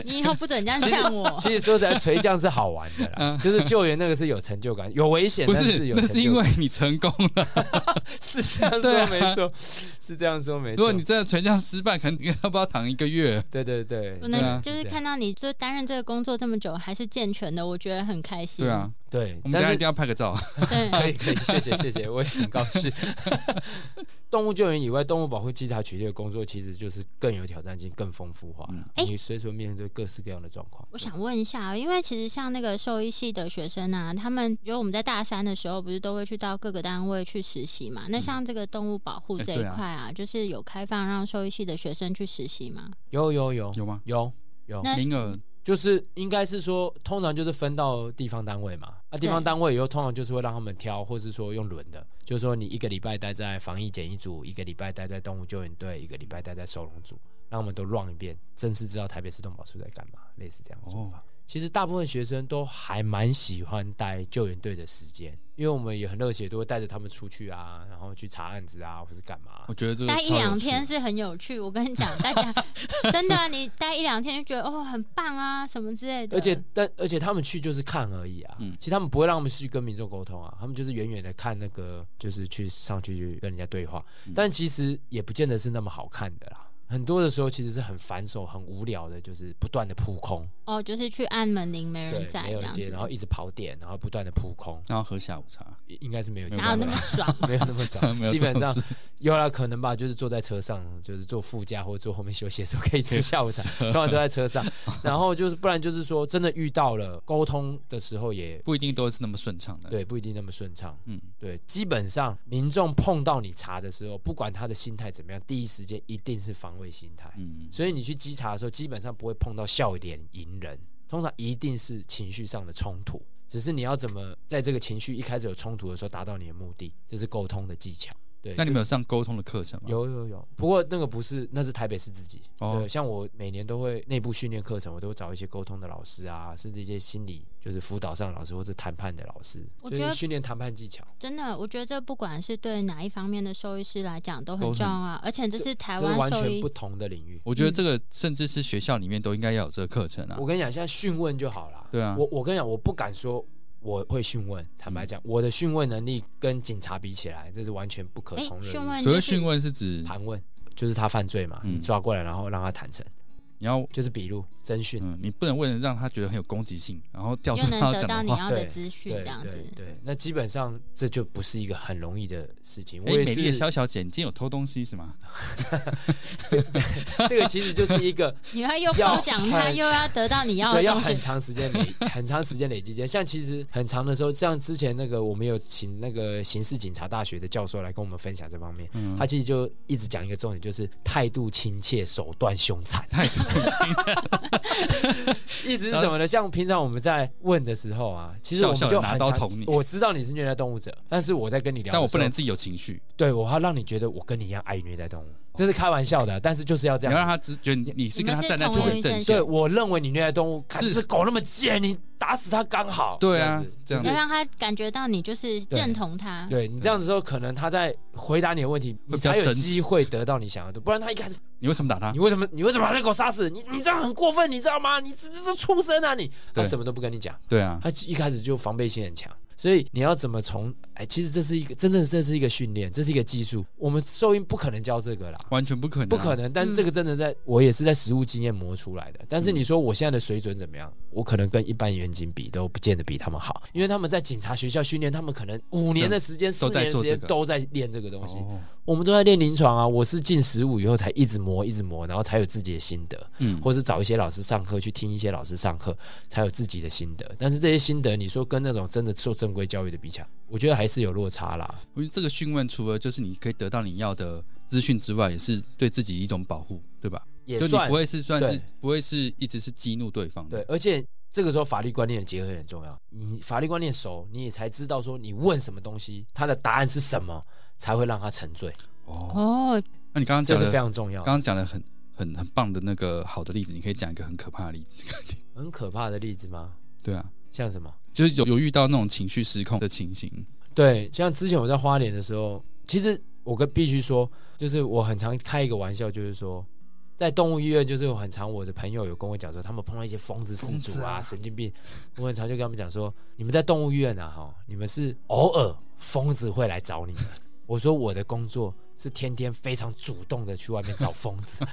Speaker 1: 你以后不准这样呛 我。
Speaker 4: 其实说实在，垂降是好玩的啦，就是救援那个是有成就感，有危
Speaker 3: 嗯
Speaker 4: 险，
Speaker 3: 不
Speaker 4: 但
Speaker 3: 是，
Speaker 4: 有
Speaker 3: 那
Speaker 4: 成
Speaker 3: 是
Speaker 4: 就
Speaker 3: 因为
Speaker 4: 感
Speaker 3: 你成功了。
Speaker 4: 是这样
Speaker 3: 对
Speaker 4: 说
Speaker 3: 啊
Speaker 4: 没错，是这样说没
Speaker 3: 如
Speaker 4: 错。
Speaker 3: 啊果你真的垂降失败，可能你要不要躺一个月？
Speaker 4: 对对对
Speaker 1: 我，
Speaker 3: 对啊
Speaker 1: 能就是
Speaker 4: 是这样
Speaker 1: 看到你就担任这个工作这么久，还是健全的，我觉得很开心。
Speaker 3: 对 啊，，
Speaker 4: 对
Speaker 3: 我，们大家
Speaker 4: 但
Speaker 3: 一定
Speaker 4: 是
Speaker 3: 要拍个照。
Speaker 1: 对，
Speaker 4: 可以可以，谢谢谢谢，我也很高 兴。动物救援以外，动物保护稽查取缔的工作其实就是更有挑战性、更丰富化
Speaker 3: 嗯
Speaker 4: 了。
Speaker 1: 哎
Speaker 4: 你随时会面对各式各样的状况。
Speaker 1: 我想问一下，啊因为其实像那个兽医系的学生啊，他们就我
Speaker 4: 嗯
Speaker 1: 们在大三的时候，不是都会去到各个单位去实习嘛？那像这个动物保护
Speaker 3: 哎
Speaker 1: 这一
Speaker 3: 对啊
Speaker 1: 块啊，啊，就是有开放让兽医系的学生去实习吗？
Speaker 4: 有有有
Speaker 3: 有吗？
Speaker 4: 有有，
Speaker 1: 那
Speaker 3: 名额
Speaker 4: 就是应该是说，通常就是分到地方单位嘛。啊那、地方
Speaker 1: 对
Speaker 4: 单位以后，通常就是会让他们挑，或是说用轮的，就是说你一个礼拜待在防疫检疫组，一个礼拜待在动物救援队，一个礼拜待在收容组，让我们都 run 一遍，正式知道台北市动保处在干嘛，类似这样的做法。其实大部分学生都还蛮喜欢带救援队的时间，因为我们也很热血，都会带着他们出去啊，然后去查案子啊，或是干嘛、
Speaker 3: 我觉得这个
Speaker 1: 待一
Speaker 3: 超有
Speaker 1: 两
Speaker 3: 趣
Speaker 1: 天是很有趣，我跟你讲，大家 真的啊、你待一两天就觉得哦很棒啊什么之类的，
Speaker 4: 而且但而且他们去就是看而已啊，
Speaker 3: 嗯
Speaker 4: 其实他们不会让他们去跟民众沟通啊，他们就是远远的看那个，就是去上去去跟人家对话，但其实也不见得是那么好看的啦。很多的时候其实是很繁琐、很无聊的，就是不断的扑空，
Speaker 1: 哦就是去按门铃没
Speaker 4: 对
Speaker 1: 人，在
Speaker 4: 没
Speaker 1: 这
Speaker 4: 有人
Speaker 1: 样
Speaker 4: 接，
Speaker 1: 子，
Speaker 4: 然后一直跑点，然后不断的扑空，
Speaker 3: 然后喝下午茶，
Speaker 4: 应应该是没有接
Speaker 1: 哪有那么
Speaker 4: 到 啦
Speaker 1: 爽？
Speaker 4: 没有那么
Speaker 3: 没
Speaker 4: 少，
Speaker 3: 有
Speaker 4: 基本
Speaker 3: 这种
Speaker 4: 上
Speaker 3: 事
Speaker 4: 有了可能吧，就是坐在车上，就是坐副驾或者坐后面休息的时候可以吃 下午茶，通常都在车上。 然后就是不然就是说真的遇到了沟通的时候也
Speaker 3: 不一定都是那么顺畅的。，
Speaker 4: 对不一定那么顺畅。
Speaker 3: 嗯，
Speaker 4: 对，基本上民众碰到你查的时候，不管他的心态怎么样，第一时间一定是防卫心态。
Speaker 3: 嗯，
Speaker 4: 所以你去稽查的时候，基本上不会碰到笑脸迎人，通常一定是情绪上的冲突。只是你要怎么在这个情绪一开始有冲突的时候达到你的目的，这是沟通的技巧。对，
Speaker 3: 那你们有上沟通的课程吗？，
Speaker 4: 有有有，不过那个不是，那是台北市自己。
Speaker 3: 哦
Speaker 4: 对，像我每年都会内部训练课程，我都会找一些沟通的老师啊，甚至一些心理就是辅导上的老师或者谈判的老师，
Speaker 1: 我
Speaker 4: 就
Speaker 1: 觉
Speaker 4: 是
Speaker 1: 得
Speaker 4: 训练谈判技巧。
Speaker 1: 真的，我觉得这不管是对哪一方面的兽医师来讲都很
Speaker 3: 都很
Speaker 1: 重要啊，而且这是台
Speaker 4: 这是完
Speaker 1: 湾兽
Speaker 4: 全
Speaker 1: 医
Speaker 4: 不同的领域。
Speaker 3: 我觉得这个甚至是学校里面都应该要有这个课程啊
Speaker 4: 我。跟你讲，现在讯问就好了。
Speaker 3: 对啊
Speaker 4: 我我跟你讲，我不敢说我会讯问，坦白
Speaker 3: 嗯
Speaker 4: 讲，我的讯问能力跟警察比起来，这是完全不可
Speaker 1: 哎
Speaker 4: 同日而语。
Speaker 1: 询问
Speaker 3: 所
Speaker 1: 就
Speaker 3: 谓
Speaker 1: 是
Speaker 3: 讯问是指
Speaker 4: 盘问就是他犯罪嘛，
Speaker 3: 嗯
Speaker 4: 你抓过来，然后让他坦诚，
Speaker 3: 你要，
Speaker 4: 就是笔录侦讯。
Speaker 3: 嗯，你不能为了让他觉得很有攻击性，然后调出
Speaker 1: 又
Speaker 3: 他
Speaker 1: 能
Speaker 3: 要
Speaker 1: 得到
Speaker 3: 讲
Speaker 1: 你
Speaker 3: 的话。
Speaker 1: 要的
Speaker 4: 对
Speaker 1: 资讯
Speaker 4: 对
Speaker 1: 这样子
Speaker 4: 对。对，那基本上这就不是一个很容易的事情。我
Speaker 3: 哎，
Speaker 4: 也
Speaker 3: 美
Speaker 4: 是，
Speaker 3: 丽的肖小姐，你今天有偷东西是吗？
Speaker 4: 这个其实就是一个
Speaker 1: 你要又
Speaker 4: 要
Speaker 1: 褒奖他，
Speaker 4: 很
Speaker 1: 又要得到 你要
Speaker 4: 所
Speaker 1: 的
Speaker 4: 以要
Speaker 1: 东
Speaker 4: 很
Speaker 1: 西，
Speaker 4: 长时间累，很长时间累积经验。像其实很长的时候，像之前那个我们有请那个刑事警察大学的教授来跟我们分享这方面，
Speaker 3: 嗯
Speaker 4: 他其实就一直讲一个重点，就是态度亲切，手段凶残。
Speaker 3: 太痛 心了，
Speaker 4: 意思是什么呢？像平常我们在问的时候啊，其实我们
Speaker 3: 笑笑
Speaker 4: 就
Speaker 3: 地拿
Speaker 4: 很
Speaker 3: 刀
Speaker 4: 常
Speaker 3: 捅你
Speaker 4: 我知道你是虐待动物者，但是我在跟你聊的时候，
Speaker 3: 但我不能自己有情绪，
Speaker 4: 对我要让你觉得我跟你一样爱虐待动物，这是开玩笑的，但是就是要这
Speaker 3: 你要
Speaker 4: 样
Speaker 3: 让他只觉得你你是跟他站在同
Speaker 1: 你们
Speaker 3: 一
Speaker 1: 是
Speaker 3: 阵
Speaker 1: 同一阵
Speaker 4: 对，
Speaker 3: 线。
Speaker 4: 我认为你虐待动物，看
Speaker 3: 是
Speaker 4: 这狗那么贱，你打死它刚好。
Speaker 3: 对啊这
Speaker 4: 这样
Speaker 1: 要
Speaker 4: 子
Speaker 3: 样
Speaker 1: 让他感觉到你就是认同他。
Speaker 4: 对你这样子之后，可能他在回答你的问题，
Speaker 3: 会
Speaker 4: 你
Speaker 3: 比较
Speaker 4: 才有
Speaker 3: 真实
Speaker 4: 机会得到你想要的。不然他一开始，
Speaker 3: 你为什么打他
Speaker 4: 你？为什么你为什么把这狗杀死？你你这样很过分，你知道吗？你是不是畜生啊你？他
Speaker 3: 对
Speaker 4: 什么都不跟你讲，
Speaker 3: 对啊，
Speaker 4: 他一开始就防备心很强。所以你要怎么从？哎，其实这是一个真正这是一个训练，这是一个技术。我们兽医不可能教这个啦。
Speaker 3: 完全不可能啊，
Speaker 4: 不可能，但
Speaker 1: 嗯
Speaker 4: 这个真的在、我也是在实物经验磨出来的。但是你说我现在的水准怎么样？我可能跟一般远警比都不见得比他们好，因为他们在警察学校训练，他们可能五年的时间、四
Speaker 3: 都在
Speaker 4: 年的
Speaker 3: 做
Speaker 4: 时间
Speaker 3: 这个
Speaker 4: 都在练这个东西。
Speaker 3: 哦。
Speaker 4: 我们都在练临床啊，我是进十五以后才一直磨，一直磨，然后才有自己的心得，
Speaker 3: 嗯，
Speaker 4: 或是找一些老师上课去听一些老师上课，才有自己的心得。但是这些心得，你说跟那种真的受正规教育的比起来，我觉得还是有落差啦。
Speaker 3: 我觉得这个询问除了就是你可以得到你要的资讯之外，也是对自己一种保护，对吧？
Speaker 4: 也
Speaker 3: 就你
Speaker 4: 算
Speaker 3: 不会是算
Speaker 4: 对
Speaker 3: 是不会是一直是激怒对方
Speaker 4: 对
Speaker 3: 的，，
Speaker 4: 而且这个时候法律观念的结合也很重要。你法律观念熟，你也才知道说你问什么东西，它的答案是什么，才会让他沉醉，
Speaker 3: 哦，
Speaker 1: 哦，
Speaker 3: 那你刚刚
Speaker 4: 这
Speaker 3: 讲
Speaker 4: 是
Speaker 3: 的，
Speaker 4: 非常重要
Speaker 3: 刚。刚讲的很很很棒的那个好的例子，你可以讲一个很可怕的例子，
Speaker 4: 很可怕的例子吗？
Speaker 3: 对啊，
Speaker 4: 像什么？
Speaker 3: 就是有有遇到那种情绪失控的情形，
Speaker 4: 对，像之前我在花莲的时候，其实我跟必须说，就是我很常开一个玩笑，就是说。在动物医院，就是我很常我的朋友有跟我讲说，他们碰到一些疯子、失主啊、神经病，我很常就跟他们讲说，你们在动物医院啊，哈，你们是偶尔疯子会来 找你们。我说我的工作是天天非常主动的去外面找疯子，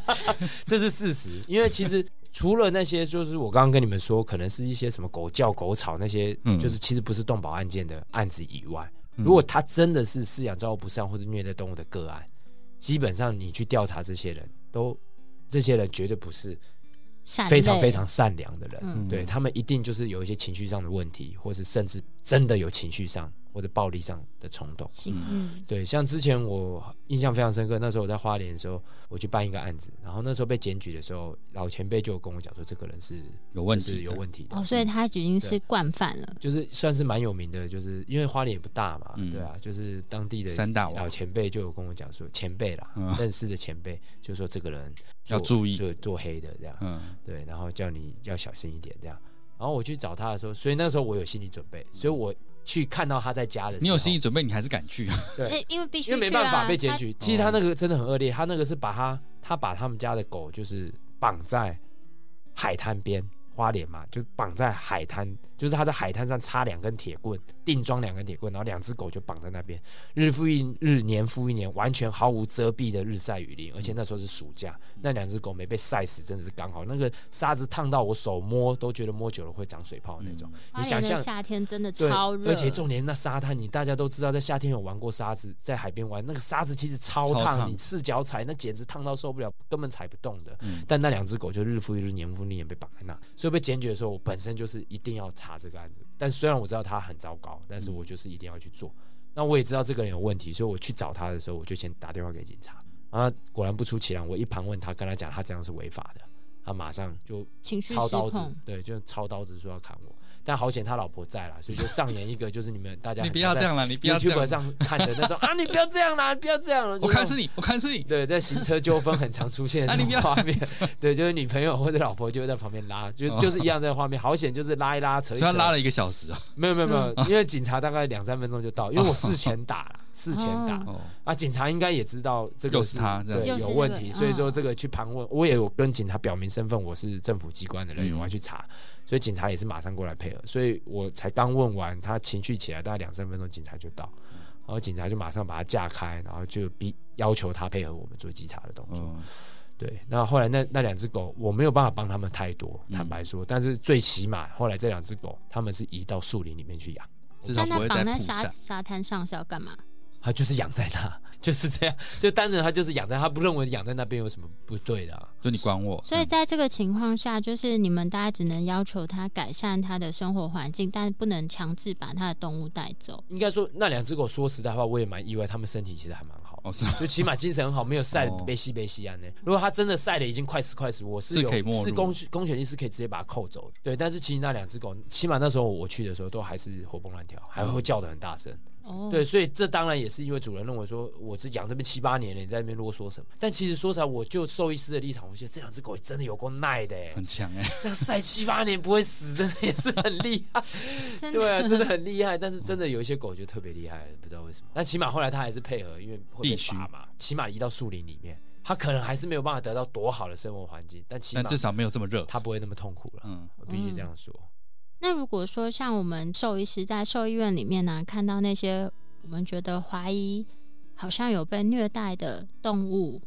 Speaker 4: 这是事实。因为其实除了那些，就是我刚刚跟你们说，可能是一些什么狗叫、狗吵那些，
Speaker 3: 嗯
Speaker 4: 就是其实不是动保案件的案子以外，
Speaker 1: 嗯
Speaker 4: 如果他真的是饲养照顾不善或者虐待动物的个案，基本上你去调查这些人都，这些人绝对不是
Speaker 1: 善类
Speaker 4: 非常非常善良的人，
Speaker 1: 嗯
Speaker 4: 对他们一定就是有一些情绪上的问题，或是甚至真的有情绪上。或者暴力上的冲动。
Speaker 1: 行，嗯
Speaker 4: 对，像之前我印象非常深刻，那时候我在花莲的时候，我去办一个案子，然后那时候被检举的时候，老前辈就有跟我讲说，这个人是
Speaker 3: 有问
Speaker 4: 就是
Speaker 3: 题
Speaker 4: 有
Speaker 3: 的
Speaker 4: 问题的，
Speaker 1: 哦，所以他已经是
Speaker 4: 对
Speaker 1: 惯犯了。
Speaker 4: 就是算是蛮有名的，就是因为花莲也不大嘛，
Speaker 3: 嗯
Speaker 4: 对啊，就是当地的
Speaker 3: 三大
Speaker 4: 老
Speaker 3: 王，
Speaker 4: 前辈就有跟我讲说，前辈啦，
Speaker 3: 嗯
Speaker 4: 认识的前辈就说这个人
Speaker 3: 要
Speaker 4: 做
Speaker 3: 注意
Speaker 4: 做做黑的这样，
Speaker 3: 嗯，
Speaker 4: 对，然后叫你要小心一点这样。然后我去找他的时候，所以那时候我有心理准备，所以我去看到他在家的时候，
Speaker 3: 你有心理准备，你还是敢去啊？
Speaker 4: 对
Speaker 1: 哎，因为必须
Speaker 4: 因为没
Speaker 1: 去啊
Speaker 4: 办法被检
Speaker 1: 他
Speaker 4: 举。哦其实他那个真的很恶劣，他那个是把他他把他们家的狗就是绑在海滩边，花莲嘛，就绑在海滩，就是他在海滩上插两根铁棍，定装两根铁棍，然后两只狗就绑在那边，日复一日，年复一年，完全毫无遮蔽的日晒雨淋，而且那时候是暑假，那两只狗没被晒死，真的是刚好，那个沙子烫到我手摸都觉得摸久了会长水泡那种，
Speaker 1: 花
Speaker 4: 你想
Speaker 1: 莲的
Speaker 4: 象。
Speaker 1: 夏天真的
Speaker 4: 对
Speaker 1: 超，热，
Speaker 4: 而且重点那沙滩，你大家都知道，在夏天有玩过沙子，在海边玩那个沙子其实超烫，
Speaker 3: 超烫
Speaker 4: 你赤脚踩那简直烫到受不了，根本踩不动的。
Speaker 3: 嗯
Speaker 4: 但那两只狗就日复一日、年复一年被绑在那，所以被检举的时候，我本身就是一定要查这个案子。但虽然我知道他很糟糕，但是我就是一定要去做。那我也知道这个人有问题，所以我去找他的时候，我就先打电话给警察。啊，果然不出其然，我一盘问他，跟他讲他这样是违法的，他马上就
Speaker 1: 情绪
Speaker 4: 抄
Speaker 1: 失
Speaker 4: 刀子
Speaker 1: 控，，
Speaker 4: 对，就抄刀子说要砍我，但好险他老婆在啦，所以就上演一个就是你们大 家
Speaker 3: 你
Speaker 4: 很
Speaker 3: 不
Speaker 4: 常
Speaker 3: 要这
Speaker 4: 在
Speaker 3: 样了，你不要这
Speaker 4: YouTube
Speaker 3: 样，
Speaker 4: 上看的那种啊，你不要这样啦，你不哦要这样了，
Speaker 3: 我看是
Speaker 4: 你。
Speaker 3: 你，我看是你，
Speaker 4: 对，在行车纠纷很常出现
Speaker 3: 啊
Speaker 4: 的
Speaker 3: 你
Speaker 4: 那
Speaker 3: 不
Speaker 4: 种
Speaker 3: 要
Speaker 4: 画面，对，就是女朋友或者老婆就会在旁边拉，就
Speaker 3: 哦
Speaker 4: 就是一样在画面，好险就是拉一拉扯
Speaker 3: 所以
Speaker 4: 一
Speaker 3: 他
Speaker 4: 扯，
Speaker 3: 拉了一个小时 啊，
Speaker 4: 没有没有没有，因为警察大概两三分钟就到，因为我事前打了，事前打，
Speaker 3: 哦，
Speaker 4: 啊，警察应该也知道这个
Speaker 3: 又是他这样
Speaker 4: 对
Speaker 1: 就是
Speaker 4: 有
Speaker 1: 这
Speaker 4: 问
Speaker 1: 个
Speaker 4: 题，
Speaker 1: 嗯
Speaker 4: 所以说这个去盘问，我也有跟警察表明身份，我是政府机关的人员，
Speaker 3: 嗯
Speaker 4: 我要去查，所以警察也是马上过来配合，所以我才刚问完，他情绪起来大概两三分钟，警察就到，然后警察就马上把他架开，然后就逼要求他配合我们做稽查的动作。
Speaker 3: 嗯，
Speaker 4: 对，那后来那那两只狗，我没有办法帮他们太多，
Speaker 3: 嗯
Speaker 4: 坦白说，但是最起码后来这两只狗，他们是移到树林里面去养。
Speaker 3: 至少
Speaker 1: 但
Speaker 3: 不
Speaker 1: 他
Speaker 3: 会
Speaker 1: 绑
Speaker 3: 在
Speaker 1: 在
Speaker 3: 铺
Speaker 1: 沙
Speaker 3: 上。
Speaker 1: 沙滩上是要干嘛？
Speaker 4: 他就是养在那， 就是这样，就单纯他就是养在，他不认为养在那边有什么不对的、啊。
Speaker 3: 就你管我，嗯
Speaker 1: 所以 在这个情况下，就是你们大家只能要求他改善他的生活环境，但不能强制把他的动物带走。
Speaker 4: 应该说那两只狗，说实在话，我也蛮意外，它们身体其实还蛮好，
Speaker 3: 哦是
Speaker 4: 就起码精神很好，没有晒
Speaker 3: 哦
Speaker 4: 得被吸被吸啊呢。如果它真的晒的已经快死快死，我
Speaker 3: 是
Speaker 4: 是有
Speaker 3: 可以没入
Speaker 4: 是公公权力是可以直接把它扣走的。对，但是其实那两只狗，起码那时候我去的时候都还是活蹦乱跳，还会叫得很大声。
Speaker 3: 嗯
Speaker 1: 哦，
Speaker 4: 对，，所以这当然也是因为主人认为说，我只养这边七八年了，你在那边啰嗦什么？但其实说实在，我就兽医师的立场，我觉得这两只狗也真的有够耐 的、欸，
Speaker 3: 很强哎，
Speaker 4: 这样晒七八年不会死，真的也是很厉害。
Speaker 1: 真的
Speaker 4: 对啊，真的很厉害。但是真的有一些狗就特别厉害，不知道为什么。但起码后来它还是配合，因为会
Speaker 3: 必
Speaker 4: 被
Speaker 3: 须
Speaker 4: 罚嘛。起码移到树林里面，它可能还是没有办法得到多好的生活环境，但起
Speaker 3: 但
Speaker 4: 码
Speaker 3: 至少没有这么热，
Speaker 4: 它不会那么痛苦了。
Speaker 3: 嗯，
Speaker 4: 我必须这样说。
Speaker 1: 那如果说像我们兽医师在兽医院里面呢、看到那些我们觉得怀疑好像有被虐待的动物，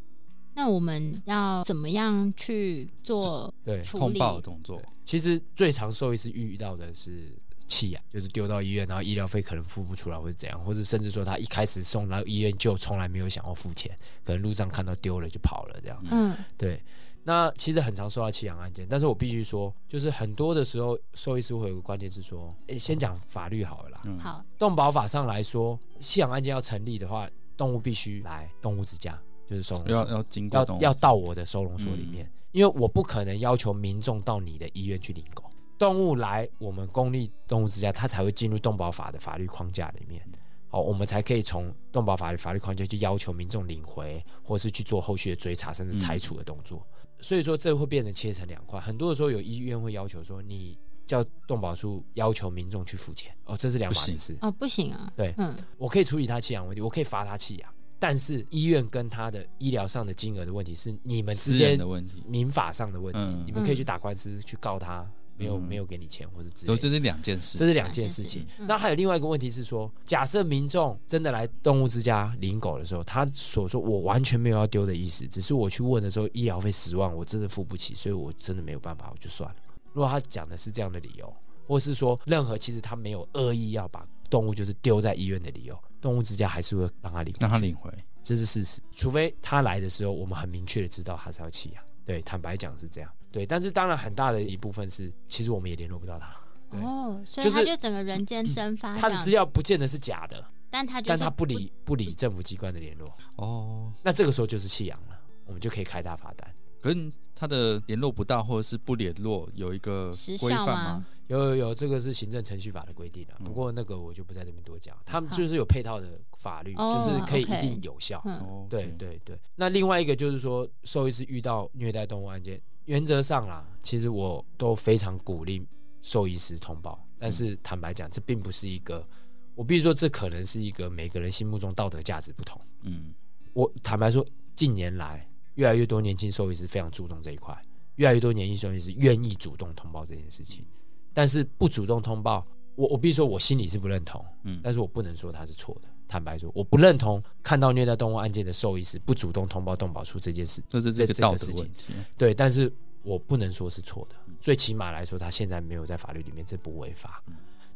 Speaker 1: 那我们要怎么样去做
Speaker 4: 对，
Speaker 1: 处
Speaker 3: 通
Speaker 1: 理？
Speaker 3: 报的动作，
Speaker 4: 其实最常兽医师遇到的是弃养，就是丢到医院，然后医疗费可能付不出来，或者怎样，或者甚至说他一开始送到医院就从来没有想要付钱，可能路上看到丢了就跑了这样。
Speaker 1: 嗯，
Speaker 4: 对，那其实很常受到弃养案件，但是我必须说，就是很多的时候，兽医师会有个观念是说，诶，先讲法律好了啦。
Speaker 3: 嗯，
Speaker 1: 好，
Speaker 4: 动保法上来说，弃养案件要成立的话，动物必须来动物之家，就是收容
Speaker 3: 要
Speaker 4: 所，
Speaker 3: 要经过嗯
Speaker 4: 要
Speaker 3: 动物
Speaker 4: 要到我的收容所里面，因为我不可能要求民众到你的医院去领狗。动物来我们公立动物之家，它才会进入动保法的法律框架里面。好，我们才可以从动保法的法律框架去要求民众领回，或是去做后续的追查甚至
Speaker 3: 嗯
Speaker 4: 裁处的动作。所以说，这会变成切成两块。很多的时候，有医院会要求说，你叫动保处要求民众去付钱，哦，这是两码
Speaker 3: 不
Speaker 4: 子
Speaker 3: 行
Speaker 4: 事。
Speaker 1: 哦，不行啊，
Speaker 4: 对
Speaker 1: 嗯，
Speaker 4: 我可以处理他弃养问题，我可以罚他弃养，但是医院跟他的医疗上的金额的问题是你们之
Speaker 3: 私人
Speaker 4: 间
Speaker 3: 的问题，
Speaker 4: 民法上的问题，
Speaker 3: 嗯
Speaker 4: 你们可以去打官司去告他，没有、
Speaker 3: 嗯
Speaker 4: 没有给你钱或者之类
Speaker 3: 所以
Speaker 4: 的。
Speaker 3: 这是两件
Speaker 4: 这
Speaker 3: 事，
Speaker 4: 是两件事情
Speaker 1: 两件事。嗯
Speaker 4: 那还有另外一个问题是说，假设民众真的来动物之家领狗的时候，他所说我完全没有要丢的意思，只是我去问的时候，医疗费十万，我真的付不起，所以我真的没有办法，我就算了。如果他讲的是这样的理由，或是说任何其实他没有恶意要把动物就是丢在医院的理由，动物之家还是会让他领，
Speaker 3: 让他，领回，
Speaker 4: 这是事实。除非他来的时候，我们很明确的知道他是要啊弃养。对，坦白讲是这样。对，但是当然很大的一部分是，其实我们也联络不到他。对
Speaker 1: 哦，所以
Speaker 4: 就是
Speaker 1: 他就整个人间蒸发啊这
Speaker 4: 他的
Speaker 1: 样
Speaker 4: 资，料不见得是假的，
Speaker 1: 但他就
Speaker 4: 但
Speaker 1: 是
Speaker 4: 他不理不理政府机关的联络，
Speaker 3: 哦，
Speaker 4: 那这个时候就是弃养了，我们就可以开大罚单。
Speaker 3: 可是他的联络不到或者是不联络有一个
Speaker 1: 时
Speaker 3: 规
Speaker 1: 效
Speaker 3: 范
Speaker 1: 吗
Speaker 3: 吗？？
Speaker 4: 有有有，这个是行政程序法的规定啊。
Speaker 3: 嗯
Speaker 4: 不过那个我就不在这边多讲，他们
Speaker 1: 好
Speaker 4: 就是有配套的法律，
Speaker 1: 哦
Speaker 4: 就是可以一
Speaker 1: OK
Speaker 4: 定有效。
Speaker 1: 嗯，
Speaker 3: 哦，
Speaker 4: 对，对对。那另外一个就是说，兽医师遇到虐待动物案件，原则上啦，其实我都非常鼓励兽医师通报。但是坦白讲，这并不是一个，我必须说，这可能是一个每个人心目中道德价值不同。
Speaker 3: 嗯，
Speaker 4: 我坦白说，近年来越来越多年轻兽医师非常注重这一块，越来越多年轻兽医师愿意主动通报这件事情。但是不主动通报，我我必须说，我心里是不认同，
Speaker 3: 嗯
Speaker 4: 但是我不能说他是错的。坦白说，我不认同看到虐待动物案件的兽医师不主动通报动保处这件事，
Speaker 3: 这是
Speaker 4: 这
Speaker 3: 这个
Speaker 4: 这
Speaker 3: 道
Speaker 4: 个
Speaker 3: 德
Speaker 4: 事情
Speaker 3: 问题。
Speaker 4: 对，但是我不能说是错的。最起码来说，他现在没有在法律里面这不违法，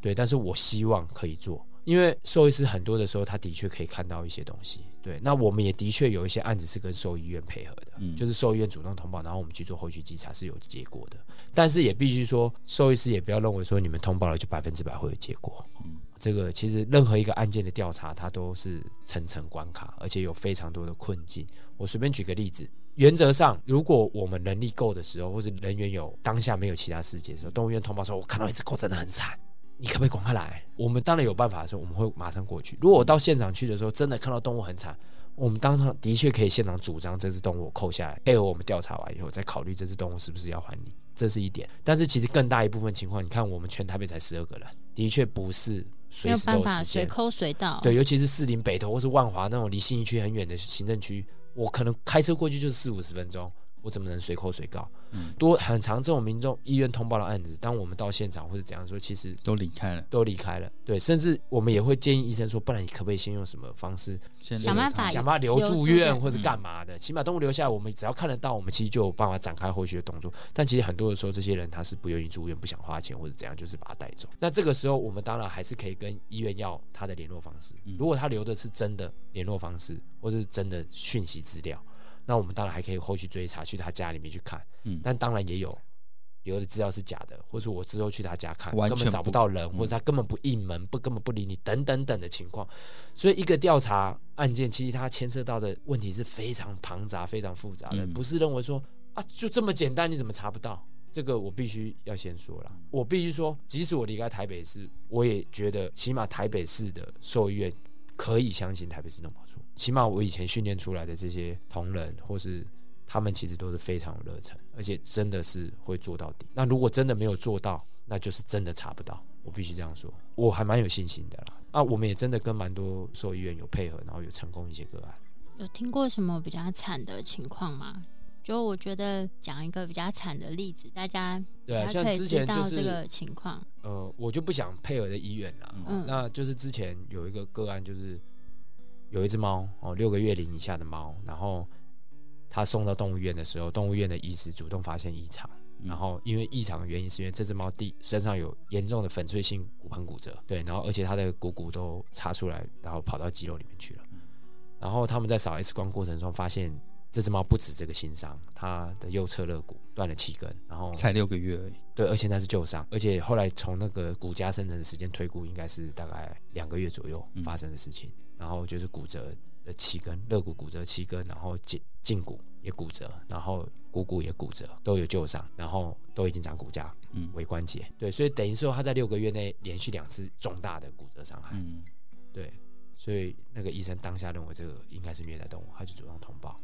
Speaker 4: 对。但是我希望可以做，因为兽医师很多的时候，他的确可以看到一些东西，对。那我们也的确有一些案子是跟兽医院配合的，
Speaker 3: 嗯
Speaker 4: 就是兽医院主动通报，然后我们去做后续稽查是有结果的。但是也必须说，兽医师也不要认为说你们通报了就百分之百会有结果。
Speaker 3: 嗯
Speaker 4: 这个其实任何一个案件的调查，它都是层层关卡，而且有非常多的困境。我随便举个例子，原则上，如果我们能力够的时候，或是人员有当下没有其他事情的时候，动物园通报说，我看到一只狗真的很惨，你可不可以赶快来？我们当然有办法的时候，我们会马上过去。如果我到现场去的时候，真的看到动物很惨。我们当场的确可以现场主张这只动物我扣下来，配合我们调查完以后再考虑这只动物是不是要还你，这是一点。但是其实更大一部分情况，你看我们全台北才十二个人，的确不是
Speaker 1: 没
Speaker 4: 随
Speaker 1: 有
Speaker 4: 时都
Speaker 1: 办
Speaker 4: 有
Speaker 1: 法
Speaker 4: 时
Speaker 1: 随
Speaker 4: 间。
Speaker 1: 抠随到，
Speaker 4: 对，，尤其是士林北投或是万华那种离信义区很远的行政区，我可能开车过去就是四五十分钟，我怎么能随口随告？
Speaker 3: 嗯
Speaker 4: 多很长这种民众医院通报的案子，当我们到现场或者怎样说，其实
Speaker 3: 都离开了，
Speaker 4: 都离开了。对，甚至我们也会建议医生说，不然你可不可以先用什么方式
Speaker 3: 先
Speaker 1: 想
Speaker 3: 留
Speaker 1: 办
Speaker 3: 他
Speaker 1: 法
Speaker 4: 想办法留
Speaker 1: 留
Speaker 4: 住嗯
Speaker 1: 住
Speaker 4: 院
Speaker 1: 院
Speaker 4: 或者干嘛的，起码动物留下来，我们只要看得到，我们其实就有办法展开后续的动作。但其实很多的时候，这些人他是不愿意住院，不想花钱或者怎样，就是把他带走。那这个时候，我们当然还是可以跟医院要他的联络方式。
Speaker 3: 嗯
Speaker 4: 如果他留的是真的联络方式，或是真的讯息资料，那我们当然还可以后续追查，去他家里面去看。
Speaker 3: 嗯
Speaker 4: 但当然也有。留的资料是假的，或是我之后去他家看，
Speaker 3: 完
Speaker 4: 根本
Speaker 3: 全
Speaker 4: 找不
Speaker 3: 不嗯
Speaker 4: 到人，或者他根本不应门，不根本不理你，等等等的情况。所以一个调查案件，其实它牵涉到的问题是非常庞杂、非常复杂的，
Speaker 3: 嗯
Speaker 4: 不是认为说啊就这么简单，你怎么查不到？这个我必须要先说了，我必须说，即使我离开台北市，我也觉得起码台北市的兽医院可以相信台北市动保处，起码我以前训练出来的这些同仁或是。他们其实都是非常有热忱，而且真的是会做到底。那如果真的没有做到，那就是真的查不到。我必须这样说，我还蛮有信心的啦。啊，我们也真的跟蛮多兽医院有配合，然后有成功一些个案。
Speaker 1: 有听过什么比较惨的情况吗？就我觉得讲一个比较惨的例子，大家
Speaker 4: 对啊，
Speaker 1: 大家
Speaker 4: 像
Speaker 1: 可以
Speaker 4: 之
Speaker 1: 知
Speaker 4: 前就
Speaker 1: 道
Speaker 4: 是
Speaker 1: 这个情况。
Speaker 4: 呃，我就不想配合的医院啦。哦
Speaker 1: 嗯
Speaker 4: 那就是之前有一个个案，就是有一只猫哦，六个月龄以下的猫，然后它送到动物园的时候，动物园的医师主动发现异常。
Speaker 3: 嗯
Speaker 4: 然后因为异常的原因，是因为这只猫地身上有严重的粉碎性骨盆骨折，对，然后而且它的股骨都插出来，然后跑到肌肉里面去了。然后他们在扫 X 光过程中发现，这只猫不止这个新伤，它的右侧肋骨断了七根，然后
Speaker 3: 才六个月而已，
Speaker 4: 对，而且那是旧伤，而且后来从那个骨痂生成的时间推估，应该是大概两个月左右
Speaker 3: 嗯
Speaker 4: 发生的事情。然后就是骨折的七根，肋骨骨折七根，然后胫胫骨也骨折，然后股骨也骨折，都有旧伤，然后都已经长骨痂、
Speaker 3: 嗯
Speaker 4: 尾关节。对，所以等于说他在六个月内连续两次重大的骨折伤害。
Speaker 3: 嗯，
Speaker 4: 对，所以那个医生当下认为这个应该是虐待动物，他就主动通报。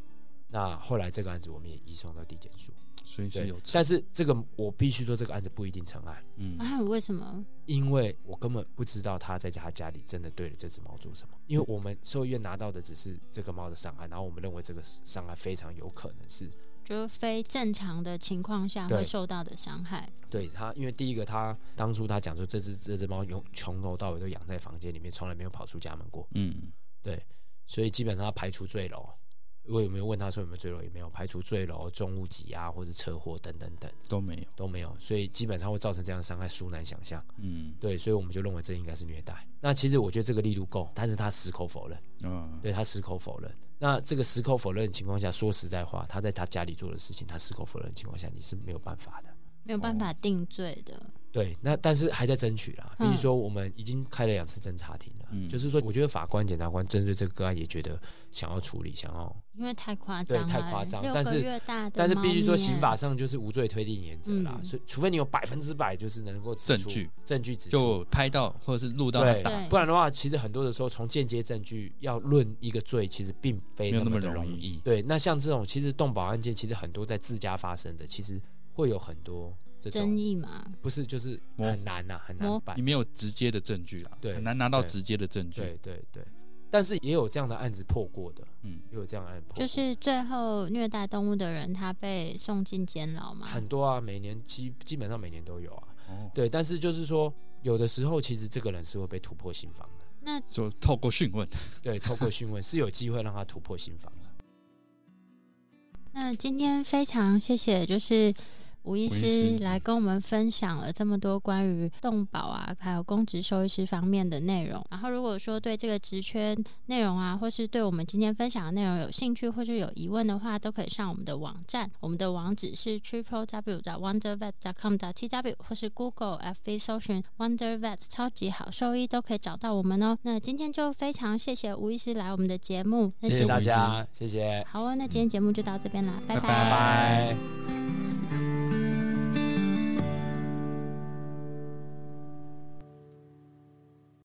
Speaker 4: 那后来这个案子我们也移送到地检署，
Speaker 3: 所以是
Speaker 4: 对
Speaker 3: 有，
Speaker 4: 但是这个我必须说这个案子不一定成案。
Speaker 3: 嗯
Speaker 1: 啊，为什么？
Speaker 4: 因为我根本不知道他在他家里真的对了这只猫做什么，因为我们兽医院拿到的只是这个猫的伤害，然后我们认为这个伤害非常有可能是
Speaker 1: 就是非正常的情况下
Speaker 4: 对
Speaker 1: 会受到的伤害。
Speaker 4: 对他，因为第一个他当初他讲说这只这只猫从从头到尾都养在房间里面，从来没有跑出家门过，
Speaker 3: 嗯
Speaker 4: 对，所以基本上他排除坠楼。我有没有问他说有没有坠楼？也没有排除坠楼、重物挤压或者车祸等等等
Speaker 3: 都没有，
Speaker 4: 都没有，所以基本上会造成这样的伤害，殊难想象。
Speaker 3: 嗯
Speaker 4: 对，所以我们就认为这应该是虐待。那其实我觉得这个力度够，但是他矢口否认。
Speaker 3: 嗯
Speaker 4: 对他矢口否认。那这个矢口否认的情况下，说实在话，他在他家里做的事情，他矢口否认的情况下，你是没有办法的。
Speaker 1: 没有办法定罪的。
Speaker 4: 对，那但是还在争取啦。比
Speaker 1: 嗯
Speaker 4: 如说，我们已经开了两次侦查庭了，
Speaker 3: 嗯
Speaker 4: 就是说，我觉得法官、检察官针对这个个案也觉得想要处理，想要，
Speaker 1: 因为太夸张了，啊
Speaker 4: 对太夸张
Speaker 1: 六
Speaker 4: 但
Speaker 1: 个
Speaker 4: 是
Speaker 1: 月大的
Speaker 4: 但是必须说
Speaker 1: 猫咪啊
Speaker 4: 刑法上就是无罪推定原则啦，
Speaker 1: 嗯
Speaker 4: 所以除非你有百分之百就是能够指出
Speaker 3: 证据
Speaker 4: 证据指出。
Speaker 3: 就拍到或者是录到他
Speaker 4: 对
Speaker 3: 打，
Speaker 1: 对，
Speaker 4: 不然的话，其实很多的时候，从间接证据要论一个罪，其实并非
Speaker 3: 没有
Speaker 4: 那
Speaker 3: 那么
Speaker 4: 的
Speaker 3: 容
Speaker 4: 容
Speaker 3: 易
Speaker 4: 对，那像这种其实动保案件，其实很多在自家发生的，其实会有很多这
Speaker 1: 争
Speaker 4: 种，
Speaker 1: 议嘛，
Speaker 4: 不是就是
Speaker 3: 模
Speaker 4: 很难呐、很难
Speaker 1: 模
Speaker 4: 办
Speaker 3: 你。没有直接的证据啦，
Speaker 4: 对
Speaker 3: 很难拿到
Speaker 4: 对
Speaker 3: 直接的证据
Speaker 4: 对。对对，但是也有这样的案子破过的，
Speaker 3: 嗯，
Speaker 4: 也有这样的案子破过，
Speaker 1: 就是最后虐待动物的人，他被送进监牢嘛。
Speaker 4: 很多啊，每年基基本上每年都有啊。
Speaker 3: 哦，
Speaker 4: 对，但是就是说，有的时候其实这个人是会被突破心防的，
Speaker 1: 那
Speaker 3: 就透过讯问，
Speaker 4: 对，透过询问是有机会让他突破心防的。
Speaker 1: 那今天非常谢谢，就是吴医
Speaker 3: 吴医
Speaker 1: 师
Speaker 3: 师
Speaker 1: 来跟我们分享了这么多关于动保啊，还有公职兽医师方面的内容。然后如果说对这个职缺内容啊，或是对我们今天分享的内容有兴趣，或是有疑问的话，都可以上我们的网站，我们的网址是 triple w wondervet com t w 或是 Google FB 搜寻 wondervet 超级好兽医都可以找到我们哦。那今天就非常谢谢吴医师来我们的节目，那
Speaker 4: 谢谢
Speaker 1: 今
Speaker 4: 大家，谢谢，
Speaker 1: 好哦，那今天节目就到这边啦，拜
Speaker 3: 拜
Speaker 4: 拜拜。